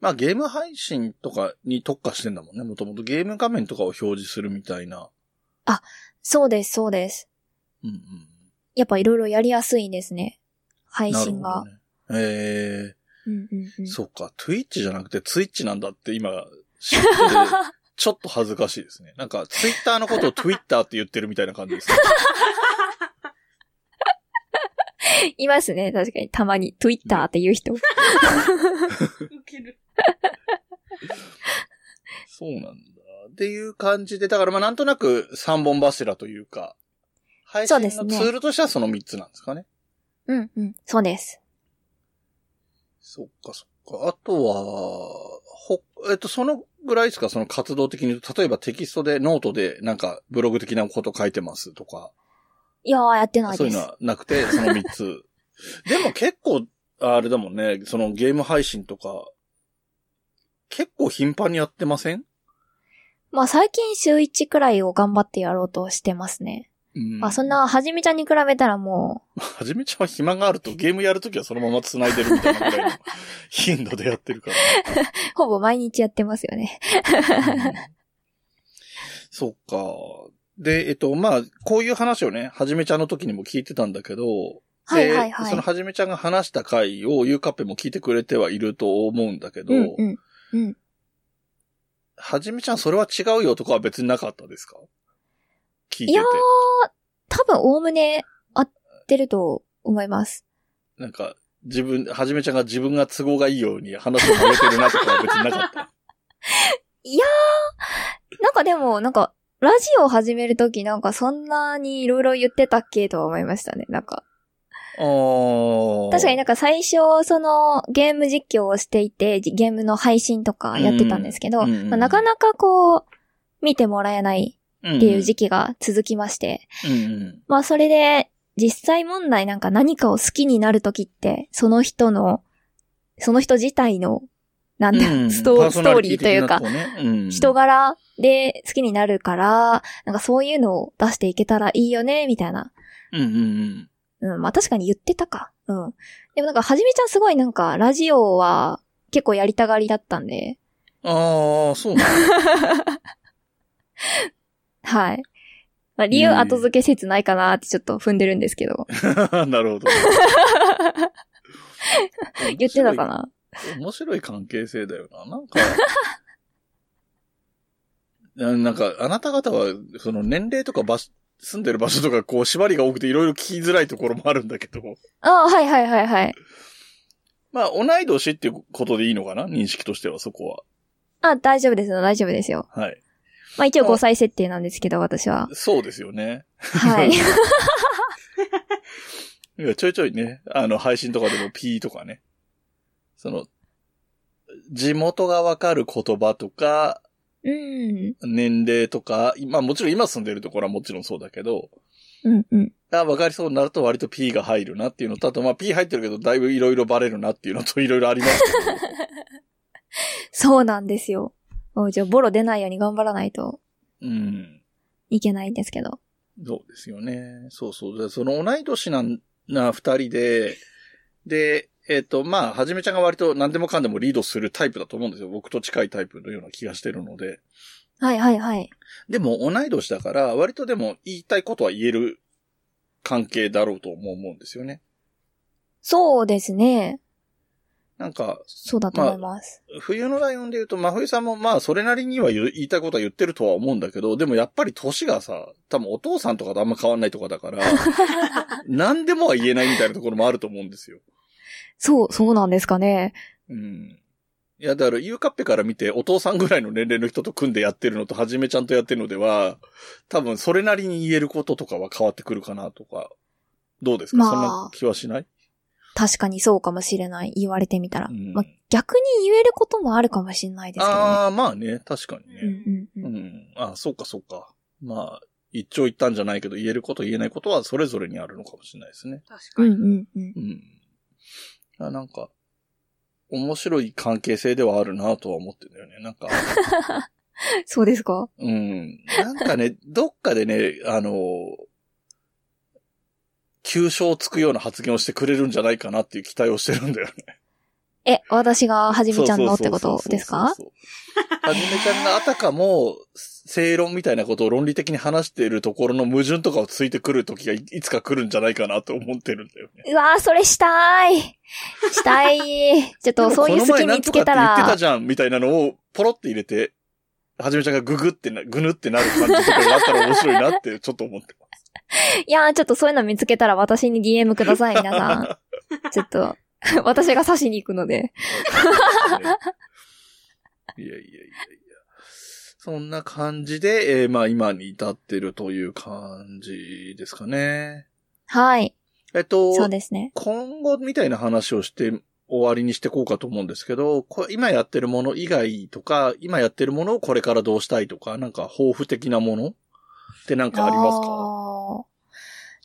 まあゲーム配信とかに特化してんだもんね。もともとゲーム画面とかを表示するみたいな。
そうです、そうです。
うん
やっぱいろいろやりやすいんです
う
ね。
ん。
配
なる
信
ほ
が
ど。ね。え
うんうんう
え
ん。
そっか。Twitch じゃなくて Twitch なんだって今知 ってて、ちょっと恥ずかしいですね。なんか Twitter のことを Twitter って言ってるみたいな感じですね。
いますね、確かに。たまに。Twitter ってい う人。
ウケる。
そうなんだ。っていう感じで、だからまあなんとなく三本柱というか、配信のツ
そうですね
ールとしてはその三つなんですかね。
うんうん。そうです。
そっかそっか。あとは、ほ、えっと、そのぐらいですかその活動的に、例えばテキストでノートでなんかブログ的なこと書いてますとか、
いやー、やってない
そうい
で
う
す。
のはなくて、その3つ。 でも結構、あれだもんね、そのゲーム配信とか、結構頻繁にやってません
まあ最近週1くらいを頑張ってやろうとしてますね。
うん
まあそん。な、はじめちゃんに比べたらも
はじめちゃんは暇があるとゲームやるときはそのまま繋いでるみたいなぐらいの頻度でやってるから。
う、ほぼ毎日やってますよね。
そっか。で、えっと、まあ、こういう話をね、はじめちゃんの時にも聞いてたんだけど、
はいはいは
で
い。
そのはじめちゃんが話した回をゆうかっぺも聞いてくれてはいると思うんだけど、
うんうん。
はじめちゃんそれは違うよとかは別になかったですか聞いて
い
て
やー。、多分、おおむね合ってると思います。
なんか、自 分、はじめちゃんが自分が都合がいいように話をされてるなとかは別になかった。
いいやー、なんかでも、なんか、ラジオ始めるときなんかそんなにいろいろ言ってたっけとは思いましたね。なんか、
あー
確かになんか最初、その、ゲーム実況をしていて、じゲームの配信とかやってたんですけど、
うんうん
まあなかなかこう、見てもらえないっていう時期が続きまして、
うんうん
まあそれで、実際問題なんか何かを好きになるときって、その人の、その人自体の、なんだ、
うん
スト
パ
ー
ーソ
ス
ナ
トー
リ
リー
テ
というか
的、なとこねうん
人柄で好きになるから、なんかそういうのを出していけたらいいよね、みたいな。
うんうんうん。
うん、まあ確かに言ってたか。うん。でもなんか、はじめちゃんすごいなんか、ラジオは結構やりたがりだったんで、
ああ、そうなんだ
はい。まあ理由
うん
後付け説ないかなってちょっと踏んでるんですけど、
なるほど。
言ってたかな
面白い面白い関係性だよな。なんか。 ななんか、あなた方は、その年齢とか場所、住んでる場所とか、こう、縛りが多くていろいろ聞きづらいところもあるんだけど。
ああ、はいはいはいはい。
まあ、同い年っていうことでいいのかな認識としては、そこ
あ、大丈夫ですよ、大丈夫ですよ。
は。はい。
まあ一応
あ
5歳設定なんですけど、私 は。
そうですよね。
はい。
いや、ちょいちょいね、あの、配信とかでも P とかね。その、地元がわかる言葉とか、
うん。
年齢とか、まあもちろん今住んでるところはもちろんそうだけど、
うんうん。
あわかりそうになると割と P が入るなっていうのと、あとまあ P 入ってるけどだいぶいろいろバレるなっていうのといろいろありますけど。
そうなんですよ。おじゃあ、ボロ出ないように頑張らないと
うん。
いけないんですけど。
そうですよね。そうそう。でその同い年なんな二人で、で、えっ、と、まあ、はじめちゃんが割と何でもかんでもリードするタイプだと思うんですよ。僕と近いタイプのような気がしてるので。
はいはいはい。
でも同い年だから、割とでも言いたいことは言える関係だろうと思うんですよね。
そうですね。
なんか、
そうだと思います。
冬のライオンで言うと、真冬さんもまあそれなりには言う言いたいことは言ってるとは思うんだけど、でもやっぱり年がさ、多分お父さんとかとあんま変わんないとかだから、何でもは言えないみたいなところもあると思うんですよ。
そう、そうなんですかね。
うん。いや、だから、ゆうかっぺから見て、お父さんぐらいの年齢の人と組んでやってるのと、はじめちゃんとやってるのでは、多分、それなりに言えることとかは変わってくるかなとか、どうですか、
まあ
そんな気はしない
確かにそうかもしれない。言われてみたら。
うん
まあ、逆に言えることもあるかもしれないですけどね。
ああ、まあね、確かに
うん
ね。
うん
う
うん
ん、あそうか、そうか。まあ、一長一短じゃないけど、言えること言えないことは、それぞれにあるのかもしれないですね。
確
う
かに。
んうんうん。
うん。あなんか、面白い関係性ではあるなとは思ってんだよね。なんか、
そうですか
うん。なんかね、どっかでね、 あの、急所をつくような発言をしてくれるんじゃないかなっていう期待をしてるんだよね。
え、私がはじめちゃんのってこ
そうそうそうそ
と
う
です
そ
か
うそうはじめちゃんがあたかも、正論みたいなことを論理的に話しているところの矛盾とかをついてくる時がいいつか来るんじゃないかなと思ってるんだよね。
うわー、それしたい。したい。ちょっとそういう
でもこ
隙
の前
見つけた
なんとかって言ってたじゃ
ら。
んみたいなのをポロって入れて、はじめちゃんがググってな、ぐぬってなる感じとかがあったら面白いなってちょっと思ってます。
いやー、ちょっとそういうの見つけたら私に DM ください、皆さん。ちょっと、 私が刺しに行くので。
いやいやいやいや。そんな感じで、えーまあ今に至ってるという感じですかね。
はい。
えっと、
そうですね。
今後みたいな話をして終わりにしてこうかと思うんですけど、こ今やってるもの以外とか、今やってるものをこれからどうしたいとか、なんか抱負的なものってなんかありますか
あー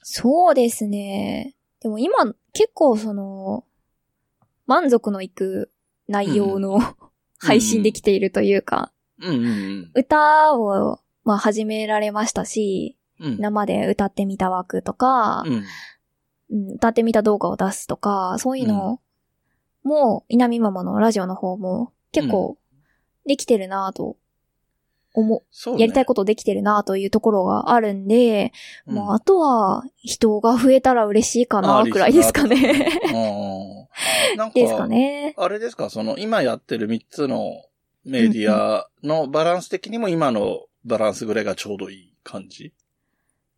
そうですね。でも今、結構その、満足のいく内容の、 配信できているというか、
うんうん
歌を、まあ始められましたし、
うん。うん。
生で歌ってみた枠とか
う、ん。
うん歌ってみた動画を出すとか、そういうのも、稲見ママのラジオの方も結構できてるなぁと思う、
そう、
やりたいことできてるなぁというところがあるんで、
と
まああとは人が増えたら嬉しいか
あ
な
ー
くらいですか
リ
ね。
うんなん
ですか
か、
ね。
あれですか、その今やってる3つのメディアのバランス的にも今のバランスぐらいがちょうどいい感じ、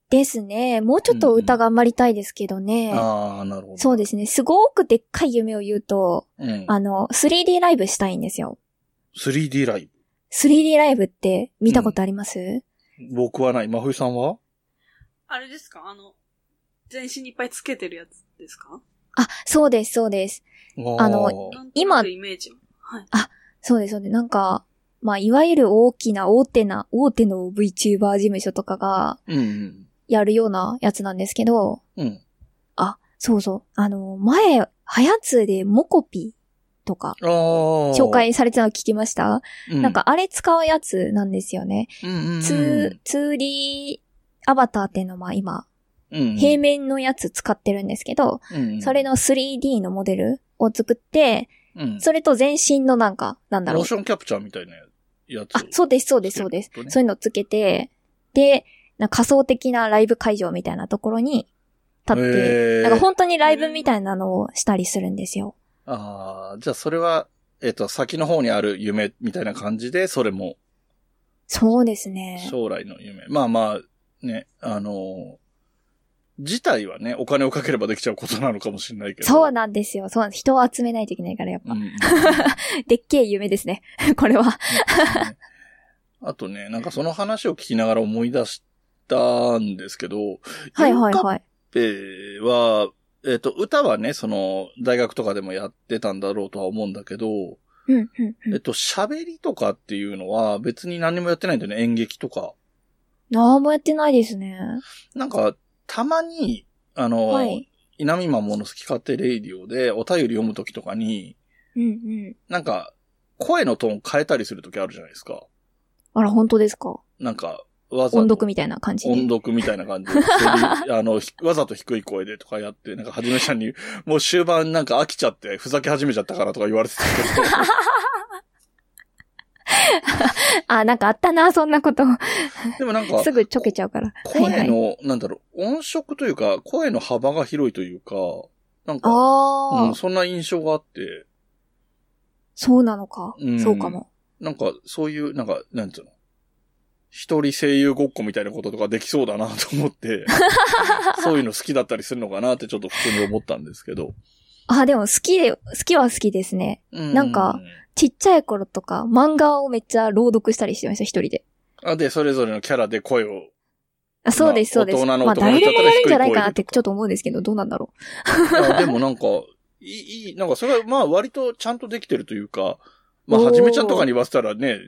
ですね。もうちょっと歌頑張りたいですけどね。
ああ、なるほど。
そうですね。すごくでっかい夢を言うと、
うん。
あの、3D ライブしたいんですよ。
3D ライ
3D ライブって見たことあります、
僕はない。真冬さんは
あれですかあの、全身にいっぱいつけてるやつですか
あ、そうです、そうです。あの
あー
なんと
今
なくイメージは。 はい。
そうです、そうです。なんか、まあ、いわゆる大きな、大手な、大手の VTuber 事務所とかが
うん。
やるようなやつなんですけど、
うん。
あ、そうそう。あの、前、はやつでモコピとか、
ああ。
紹。介されてたの聞きました、なん、か、あれ使うやつなんですよね。
うんうんうん、
2、2D アバターっていうのは、まあ今、
うん、
平面のやつ使ってるんですけど、
面
それの 3D のモデルを作って、
うん、
それと全身のなんか、なんだろう
モー。ションキャプチャーみたいなやつ。
あ、そうです、そうです、そうです。そういうのつけて、で、なんか仮想的なライブ会場みたいなところに立って、
へー
なんか本当にライブみたいなのをしたりするんですよ。
ああ、じゃあそれは、えっ、と、先の方にある夢みたいな感じで、それも
そうですね。
将来の夢。まあまあ、ね、あのー自体はね、お金をかければできちゃうことなのかもしれないけど。
そうなんですよ。そうなんです。人を集めないといけないから、やっぱ。
うんうん。
でっけえ夢ですね。 これは。
ね あとね、なんかその話を聞きながら思い出したんですけど、
はいはい
ユンカッ
はい。
ペは、えっ、と、歌はね、その、大学とかでもやってたんだろうとは思うんだけど、
うん、うん、
え
う
っと、喋りとかっていうのは別に何もやってないんだよね、演劇とか。
ん。なんもやってないですね。
なんか、たまに、あの、
はい。
稲見まもの好き勝手レイディオでお便り読むときとかに、
うん、うん。
なんか、声のトーン変えたりするときあるじゃないですか。
あら、本当ですか
なんか、わざと。
音読みたいな感じ
音
で。
読みたいな感じ で、あの、ひわざと低い声でとかやって、なんかはじめちゃんに、もう終盤なんか飽きちゃって、ふざけ始めちゃったからとか言われてたけど、
あ、なんかあったな、そんなこと。 、
でもなんか
すぐちょけちゃうから。はいは
声
い。
の、なんだろう、音色というか、声の幅が広いというか、なんか、
あ
う
あ
ん、、そんな印象があって、
そうなのか
うん。
そうかも。
なんか、そういう、なんか、なんつうの。一人声優ごっこみたいなこととかできそうだなと思って、 そういうの好きだったりするのかなってちょっと普通に思ったんですけど。
あ、でも好きで、好きは好きですね。
う
なんか、ちっちゃい頃とか、漫画をめっちゃ朗読したりしてました、一人で。
あで、それぞれのキャラで声を。
あそうです、
ま
そ
あ
うです。
大人の
まあ、
男の
誰
人だ
で
ったら
もや
低い声
るん
で
じゃないかなってちょっと思うんですけど、どうなんだろう。
あでもなんか、いい、いい、なんかそれはまあ割とちゃんとできてるというか、まあ、
おー
はじめちゃんとかに言わせたらね、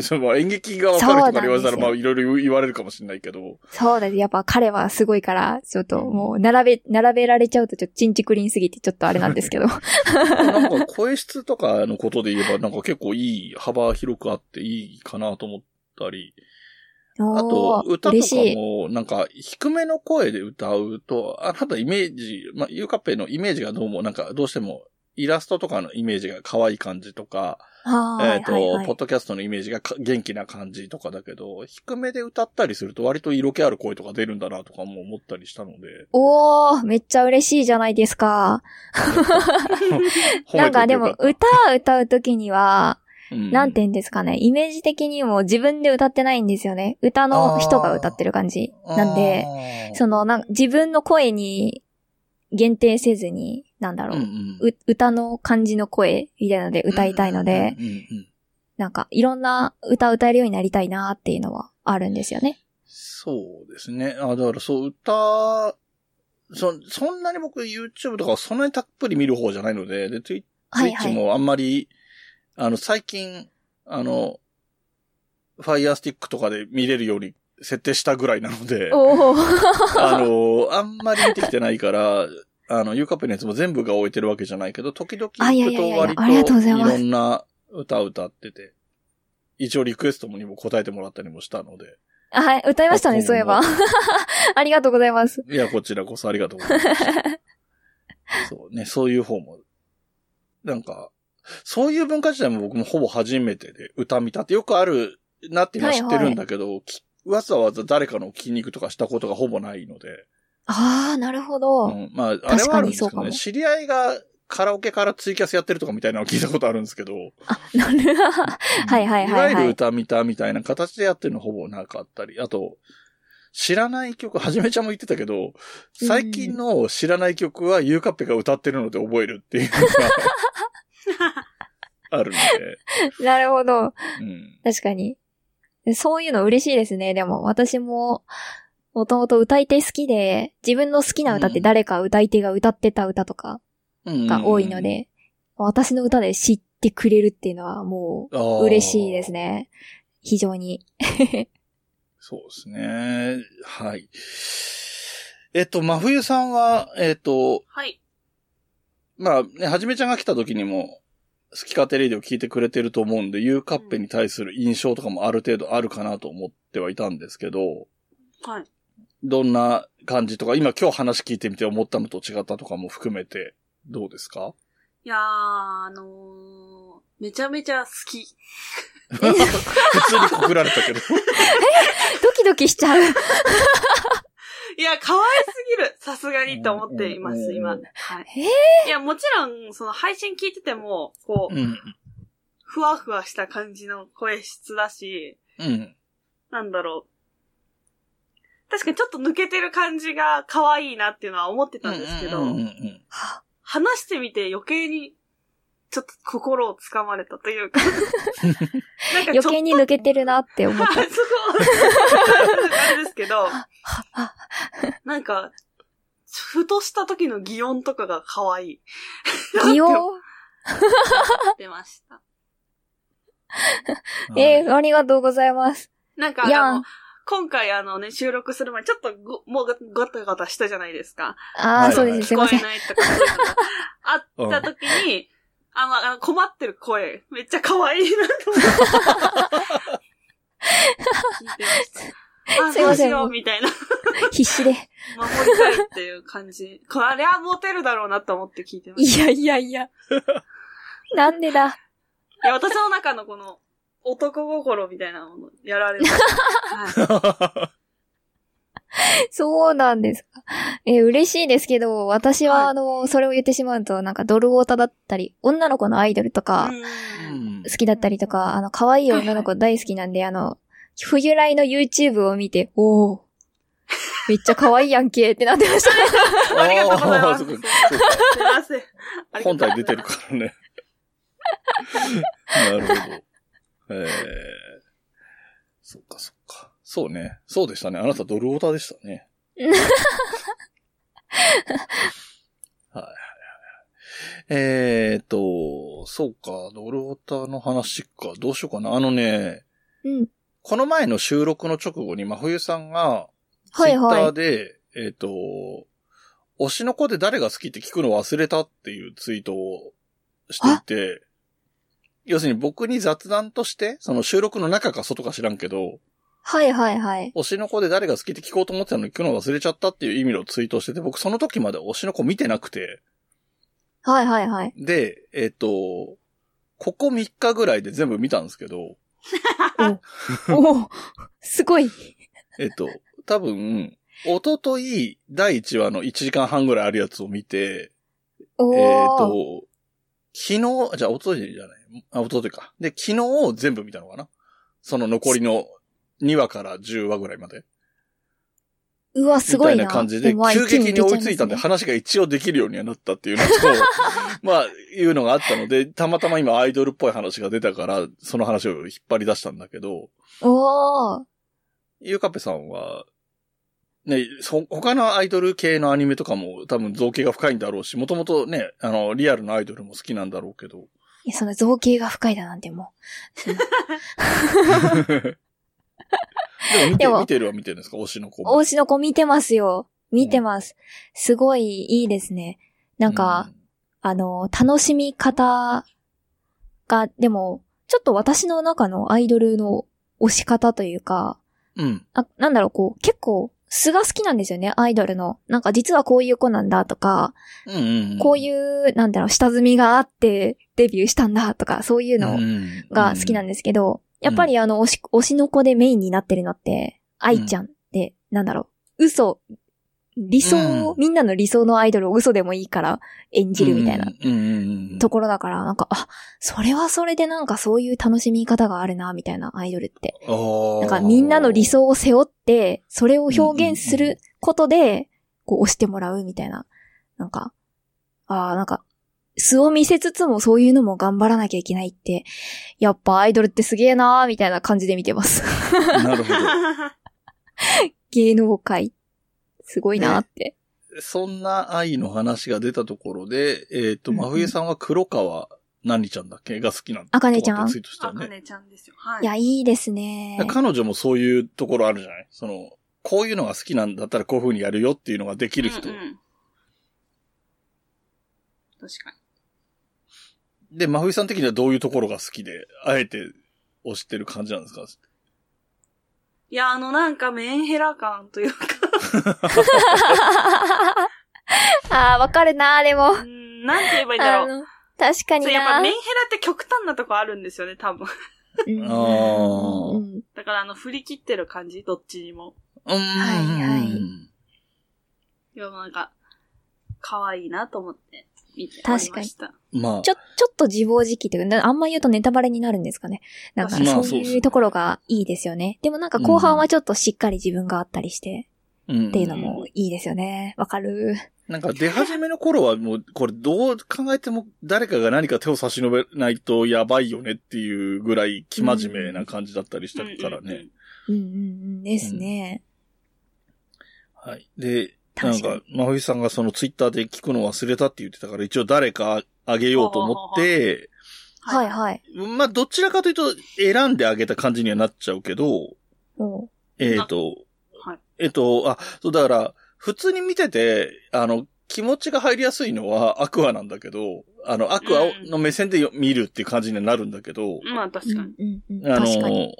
その演劇がわかるとかに言わせた
そうなん
らまあ
ですよ
いろいろ言われるかもしれないけど、
そうです。やっぱ彼はすごいから、ちょっともう、並べ、並べられちゃうとちょっとチンチクリンすぎてちょっとあれなんです けど。
なんか声質とかのことで言えばなんか結構いい幅広くあっていいかなと思ったり、あと、
おー
歌と
嬉
か
しい。
も、なんか、低めの声で歌うと、あなたイメージ、まあ、ゆうかっぺのイメージがどうも、なんか、どうしても、イラストとかのイメージが可愛い感じとか、
は
え
い
っ、と、
はいはい、
ポッドキャストのイメージがか元気な感じとかだけど、低めで歌ったりすると割と色気ある声とか出るんだなとかも思ったりしたので
おー、めっちゃ嬉しいじゃないですか。なんかでも、
う
歌を歌うときには、なんて、言うんですかね、イメージ的にも自分で歌ってないんですよね。歌の人が歌ってる感じなんで、、その、なんか自分の声に限定せずに、なんだろ
うんう
う、
ん、
う歌の感じの声みたいなので歌いたいので、
うんうんうん
なんかいろんな歌歌えるようになりたいなっていうのはあるんですよね。
そうですね。あ、だからそう、歌、そ、そんなに僕 YouTube とかはそんなにたっぷり見る方じゃないので、で、Twi-
はいは
Twitch
い。
もあんまり、あの、最近、あの、Fire Stick とかで見れるように設定したぐらいなので、
おー
あの、あんまり見てきてないから、あの、ユーカップのやつも全部が置いてるわけじゃないけど、時々
あいや
行
い
く
やい
と
や
割
ありがと
と
うご
い
ざいます
ろんな歌歌ってて、一応リクエストにも答えてもらったりもしたので、
あはい、歌いましたね、そういえば。 ありがとうございます。
いや、こちらこそありがとうございま した。そうね、そういう方も。なんか、そういう文化自体も僕もほぼ初めてで、歌見たってよくあるなっていうのは知ってるんだけど、きわざわざ誰かの筋肉とかしたことがほぼないので、
あー、なるほど。
うん、まあ、あれ
確
は
か
あるん
に
です
そう
け
か
ど
も
ね、知り合いがカラオケからツイキャスやってるとかみたいなのを聞いたことあるんですけど、
あ、なるはいはいはいはい
いわゆる歌見たみたいな形でやってるのほぼなかったり、あと、知らない曲、はじめちゃんも言ってたけど、最近の知らない曲はゆうかっぺが歌ってるので覚えるっていうのが、あるので。
なるほど。
うん。
確かに。そういうの嬉しいですね。でも、私も、もともと歌い手好きで、自分の好きな歌って誰か歌い手が歌ってた歌とか
うん
が多いの。で、私の歌で知ってくれるっていうのはも
あ
う
ー
嬉しいです。ね。非常に。
そうですね。はい。えっと、真冬さんは、えっと、
はい。
まあ、ね、はじめちゃんが来た時にも、好き勝手レイディを聞いてくれてると思うんで、ユーカッペに対する印象とかもある程度あるかなと思ってはいたんですけど、
はい。
どんな感じとか、今今日話聞いてみて思ったのと違ったとかも含めて、どうで すか
いやー、あのー、めちゃめちゃ好き。
普通に告られたけど。
ドキドキしちゃう。
いや、可愛すぎ る。さすがにと思っていま
う
す、
ん
今。
う
は
ん
い。いや、もちろん、その配信聞いてても、こ う、
うん。
ふわふわした感じの声質だし、
うん。
なんだろう。確かにちょっと抜けてる感じが可愛いなっていうのは思ってたんですけど、
うんうんうん
話してみて余計に、ちょっと心をつかまれたという か。なんかちょっ
余
と
計に抜けてるなって 思っ
あ、そ
た。
こあれですけど、なんか、ふとした時の擬音とかが可愛い。
擬音
出ました。
うん
えーありがとうございます。
なんか
いや
あの、今回あのね、収録する前、ちょっとご、もうガタガタしたじゃないですか。
あ
は
あ、
い
そうです。すい
聞こ
ませ
え
ん。
ないとか、そういうのがあった時に、あの、あの困ってる声、めっちゃ可愛いなと 思って。聞いてました。あ、
すい
ど
ま
う
せ
し
ん
よう、みたいな。
必死で。
守りたいっていう感じ。これはモテるだろうなと思って聞いてまし
いやいやいや。なんでだ。
た。いや、私の中のこの、男心みたいなもの、やられました。はい。
そうなんですか。えー嬉しいですけど、私
はい
は、あの、それを言ってしまうと、なんか、ドルウォータだったり、女の子のアイドルとか、
う
うん
ん
好きだったりとか、あの、可愛い女の子大好きなんで、あの、冬来の YouTube を見て、おおめっちゃ可愛いやんけってなっ てました。
ありがとうございます
あーそうかそうか
すいません。ありがとう
本
ございます
体出てるから ね。なるほど。えー、そっかそっか。そうね。そうでしたね。あなたドルオータでした ね。はいはいはい。えーっと、そうか、ドルオータの話か。どうしようかな。あのね、
うん。
この前の収録の直後に真冬さんが、ツ
は
イ
い
ッタ
は
ーで、えっ、と、推しの子で誰が好きって聞くの忘れたっていうツイートをしていて、要するに僕に雑談として、その収録の中か外か知らんけど、
はいはいはい。
推しの子で誰が好きって聞こうと思ってたのに聞くの忘れちゃったっていう意味のツイートをしてて、僕その時まで推しの子見てなくて、
はいはいはい。
で、えっ、と、ここ3日ぐらいで全部見たんですけど、
おおすごい。
えっ、と、多分、一昨日第1話の1時間半ぐらいあるやつを見て、
お
えっ、
お、
と、昨日、じゃあ、おとといじゃない、あ、おとといか。で、昨日全部見たのかなその残りの2話から10話ぐらいまで。
うわ、すごい
みた
な。
いな感じで、
もまあ
急激に追いついたんで、
一気に出ちゃいますね
話が一応できるようにはなったっていうの と、まあ、いうのがあったので、たまたま今アイドルっぽい話が出たから、その話を引っ張り出したんだけど、
おー
ゆうかぺさんは、ね、そ他のアイドル系のアニメとかも多分造形が深いんだろうし、もともとね、あの、リアルのアイドルも好きなんだろうけど、
いや、その造形が深いだなんても
でも見て見
でも
てるは見てるんですか推しの子
う。
も。
おうちの子見てますよ。見てます。すごいいいですね。なんか、あの、楽しみ方が、でも、ちょっと私の中のアイドルの推し方というか、
うん、うん。
あなんだろう、こう、結構、素が好きなんですよね、アイドルの。なんか実はこういう子なんだとか、
うんうんうん。
こういう、なんだろう、下積みがあってデビューしたんだとか、そういうの
の
が好きなん
で
ですけど、やっぱりあの、推し、推しの子でメインになってるのって、愛ちゃんって、なんだろう、嘘、理想を、
うん
みんなの理想のアイドルを嘘でもいいから演じるみたいな。。
うんうんうん。
ところだから、なんか、あ、それはそれでなんかそういう楽しみ方があるな、みたいなアイドルって。
こ
なんかみんなの理想を背負って、それを表現することで、こう押してもらうみたいな。なんか、ああ、なんか、素を見せつつもそういうのも頑張らなきゃいけないって、やっぱアイドルってすげえなーみたいな感じで見てます。
なるほど。
芸能界、すごいなーって。
そんな愛の話が出たところで、えっ、と、
うんうん
真冬さんは黒川何ちゃんだっけが好きなんだ。
あかねちゃん
とかってツイートした
あ
よ
か
ね。
ねちゃんですよ。はい。
いや、いいですね
だ。から彼女もそういうところあるじゃないその、こういうのが好きなんだったらこういう風にやるよっていうのができる人。
うんうん確かに。
で、真冬さん的にはどういうところが好きで、あえて推してる感じなんですか
いや、あの、なんかメンヘラ感という か、
あー、わかるなーでも
う。んなんて言えばいいんだろ
あ
う。
の、確かに
そう、やっぱ
な
メンヘラって極端なとこあるんですよね、多分。
うん
あー
うん
だから、あの、振り切ってる感じ、どっちにも。
うーん。
はいはい
いや、なんか、可愛いなと思って見ておりま
確かに
した。
まあ
ち、ょ、ちょっと自暴自棄というか、なあんま言うとネタバレになるんですかね。なんか
まあ
そう
そうです
い
ね
うところがいいですよね。でもなんか後半はちょっとしっかり自分があったりして、
うん
っていうのもいいですよね。わかる。
なんか出始めの頃はもう、これどう考えても誰かが何か手を差し伸べないとやばいよねっていうぐらい生真面目な感じだったりしたから
うんうんう
ね
ん。。
うんうんうんですね。
はい。で、なん
確かに
か、真冬さんがそのツイッターで聞くの忘れたって言ってたから、一応誰かあげようと思って、
はいはい。
まあ、どちらかというと選んであげた感じにはなっちゃうけど、
も
えっ、と、
はい
えっ、と、あ、そう、だから、普通に見てて、あの、気持ちが入りやすいのはアクアなんだけど、あの、アクアを
うん
の目線でよ見るっていう感じにはなるんだけど、
まあ、
う、う
確かに
ん。うんうん、
あ
確かに。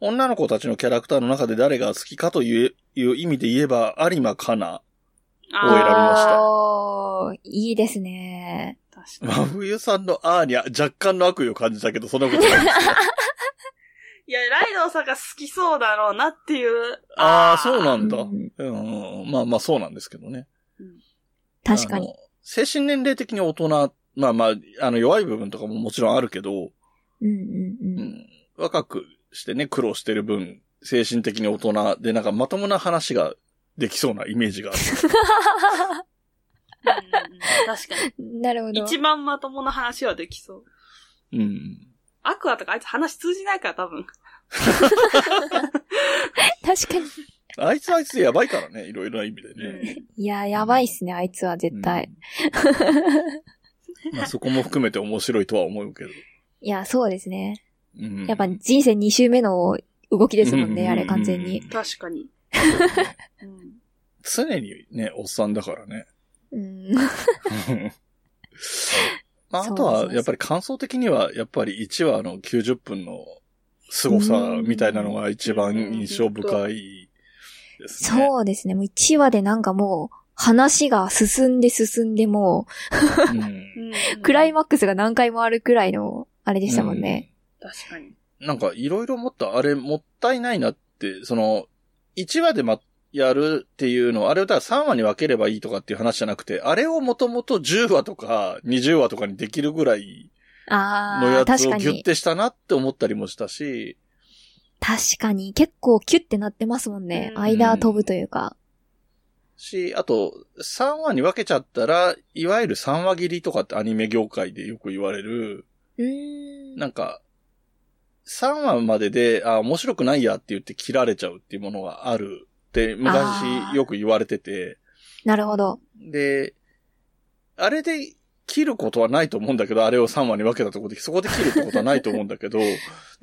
の、女の子たちのキャラクターの中で誰が好きかといういう意味で言えば、有馬かな。
あ
を選びました
おーいいですね。
した確か
真冬さんのアーニャ、若干の悪意を感じたけど、そんなことない。
に。いや、ライドウさんが好きそうだろうなっていう。
ああ、そうなんだ。
う
うんん、うんまあまあ、そうなんですけどね。
確かに
あ。の。精神年齢的に大人、まあまあ、あの、弱い部分とかももちろんあるけど、
うんう
う
んうん。
ん、若くしてね、苦労してる分、精神的に大人で、なんかまともな話ができそうなイメージがある。
うんうんうん確か
なるほ
に。
ど。
一番まともな話はできそう。
うん。
アクアとかあいつ話通じないから多分。
確かに。
あいつはあいつでやばいからね、いろいろな意味でね。
いやー、やばいっすね、あいつは絶対。
うんまあ、そこも含めて面白いとは思うけど。
いや、そうですね。
うん、
やっぱ人生2周目の動きですも
う
ん
んうんうん
ね、あれ完全に。
確かに。うん
常にね、おっさんだからね。
うん。
まあ、あ
そ
と
うそうそ
は、
う
やっぱり感想的には、やっぱり1話の90分の凄さみたいなのが一番印象深いですね。
そうですね、もう1話でなんかもう、話が進んで進んでも
うん。
う、クライ
マ
マックスが何回もあるくらいの、あれでしたもんね。
確かに。
なんか、いろいろ思った、あれ、もったいないなって、その、1話でま、やるっていうのを、あれをだから3話に分ければいいとかっていう話じゃなくて、あれをもともと10話とか20話とかにできるぐらいの
あ
や
あ、
つ
確
を
か
ギュッ
に。
てしたなって思ったりもしたし、
確かに。結構キュッてなってますもんね。
うん
間飛ぶというか。
し、あと、3話に分けちゃったら、いわゆる3話切りとかってアニメ業界でよく言われる、
うーん。
なんか、3話までで、あ、面白くないやって言って切られちゃうっていうものがあるって、
あ
昔
ー
よく言われてて、
なるほど。
で、あれで切ることはないと思うんだけど、あれを3話に分けたところで、そこで切るってことはないと思うんだけど、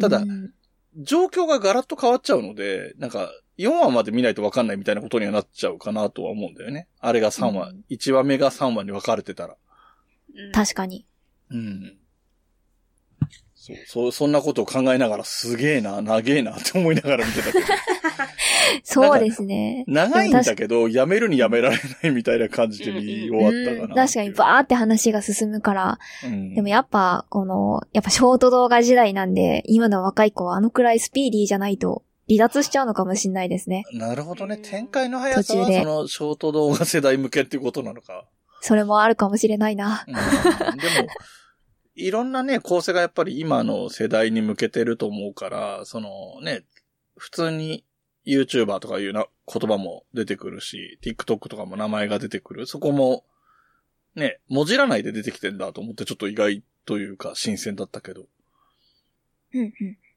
ただ
う、ん
状況がガラッと変わっちゃうので、なんか、4話まで見ないと分かんないみたいなことにはなっちゃうかなとは思うんだよね。あれが3話、
うん
1話目が3話に分かれてたら。
確かに。
うん。そう、そう、そんなことを考えながらすげえな、長えなって思いながら見てた けど。
そうですね。
長いんだけど、やめるにやめられないみたいな感じで見終わったか
うん
な。
確かにバーって話が進むから、
うん
でもやっぱ、この、やっぱショート動画時代なんで、今の若い子はあのくらいスピーディーじゃないと離脱しちゃうのかもしれないですね。
なるほどね。展開の速さ
途
は、
中で
その、ショート動画世代向けっていうことなのか。
それもあるかもしれないな。
うんでも、いろんなね、構成がやっぱり今の世代に向けてると思うから、そのね、普通に YouTuber とかいうな言葉も出てくるし、TikTok とかも名前が出てくる。そこも、ね、もじらないで出てきてんだと思ってちょっと意外というか新鮮だったけど。
うんうん。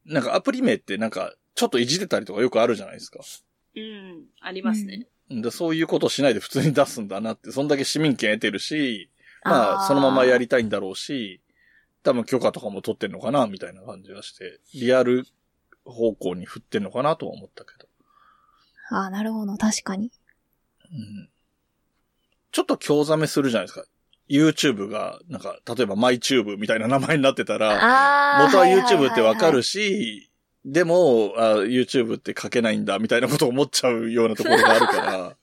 なんかアプリ名ってなんかちょっといじってたりとかよくあるじゃないですか。
うん。ありますね。
でそういうことしないで普通に出すんだなって、そんだけ市民権得てるし、まあそのままやりたいんだろうし、多分許可とかも取ってんのかなみたいな感じがして、リアル方向に振ってんのかなとは思ったけど。
あーあー、なるほど。確かに。
うんちょっと興ざめするじゃないですか。YouTube が、なんか、例えば MyTube みたいな名前になってたら、
あ
元は YouTube ってわかるし、
し。
でもあ、YouTube って書けないんだみたいなことを思っちゃうようなところがある から、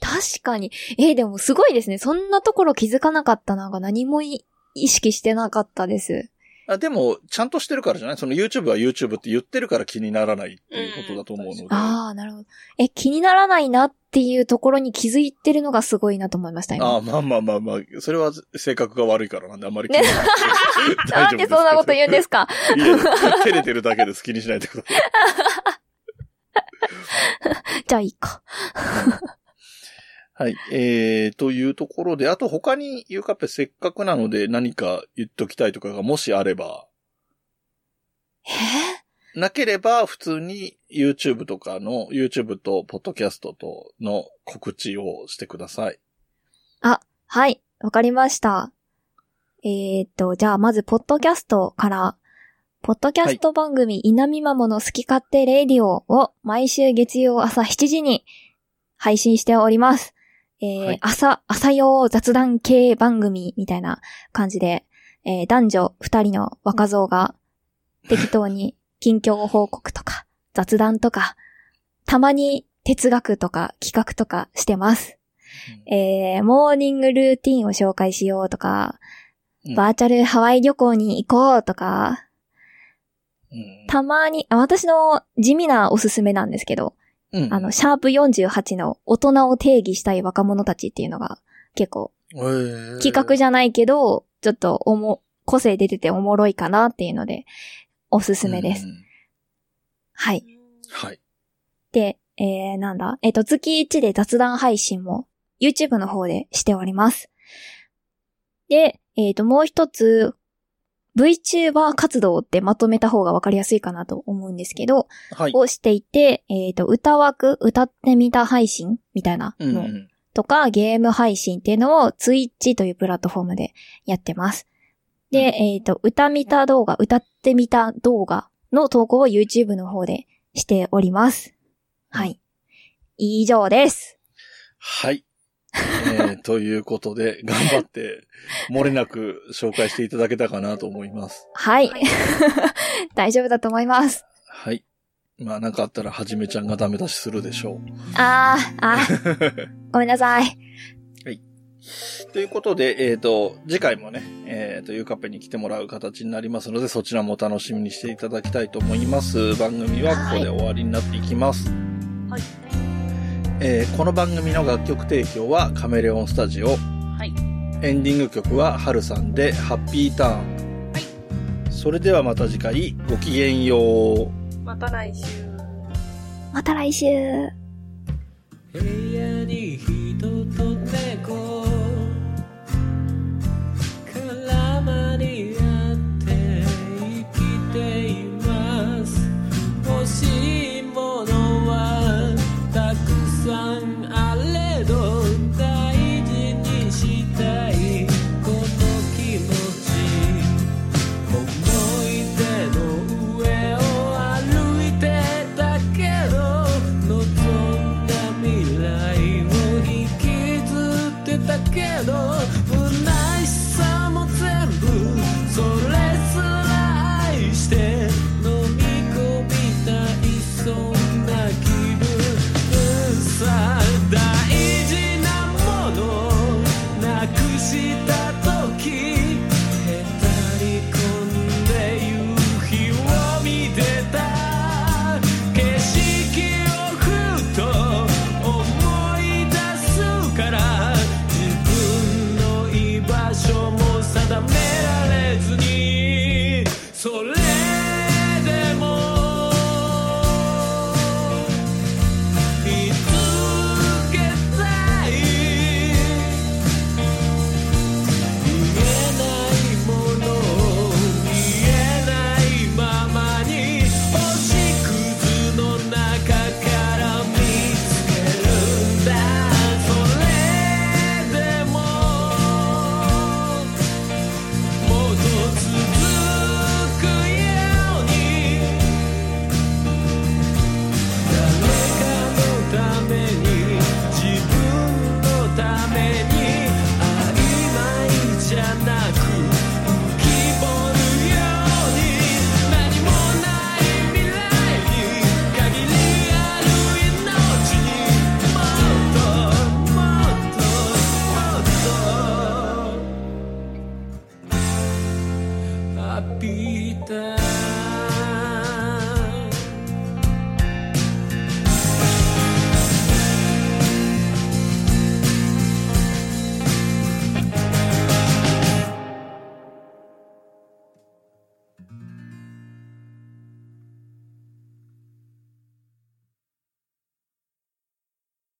確かに。えーでもすごいですね。そんなところ気づかなかったなんか何もい意識してなかったです。
あでも、ちゃんとしてるからじゃないその YouTube は YouTube って言ってるから気にならないっていうことだと思うので。あ
ああ、なるほど。え、気にならないなっていうところに気づいてるのがすごいなと思いました、今。
あ、まあまあまあまあ、それは性格が悪いからなんであんまり気にならない。
なんでそんなこと言うんですか
いやいや照れてるだけです。気にしないでください。
じゃあいいか。
はい。えー、というところで、あと他にゆうかっぺせっかくなので何か言っときたいとかがもしあれば、
え
なければ普通に YouTube とかの、YouTube と Podcast との告知をしてください。
はい、わかりました。えー、っと、じゃあまず、ポッドキャストから、ポッドキャスト番組、稲見まもの好き勝手レイディオを毎週月曜朝7時に配信しております。えー
はい
朝、朝用雑談系番組みたいな感じで、えー男女二人の若造が適当に近況報告とか雑談とか、たまに哲学とか企画とかしてます。えー、モーニングルーティンを紹介しようとか
うん、
バーチャルハワイ旅行に行こうとか、
うん
たまに、あ私の地味なおすすめなんですけど、
うん
あの、シャープ48の大人を定義したい若者たちっていうのが結構企画
じ
じゃないけど、ちょっとおも、個性出てておもろいかなっていうので、おすすめです。。
うん
はい。
はい。
で、えー、なんだえっ、と、月1で雑談配信も YouTube の方でしております。で、えっ、と、もう一つ、VTuber 活動ってまとめた方がわかりやすいかなと思うんですけど、
はい。
をしていて、えっ、と、歌枠、歌ってみた配信みたいな
うんう
の
ん
とか、ゲーム配信っていうのを Twitch というプラットフォームでやってます。で、えっ、と、歌見た動画、歌ってみた動画の投稿を YouTube の方でしております。はい。以上です。
はい。え ー、ということで、頑張って、漏れなく紹介していただけたかなと思います。
はい
はい。
大丈夫だと思います。
はい。まあなんかあったらはじめちゃんがダメ出しするでしょ
あー、あー、 ごめんなさい。
う。ということで、えっ、と、次回もね、えっ、と、ゆうかっぺに来てもらう形になりますので、そちらも楽しみにしていただきたいと思います。番組はここで終わりになっていきます。
はい。
えーこの番組の楽曲提供はカメレオンスタジオ。
はい。
エンディング曲ははるさんで、ハッピーターン。
はい。
それではまた次回、ごきげんよう。
また来週。
また来週。
部屋に人と猫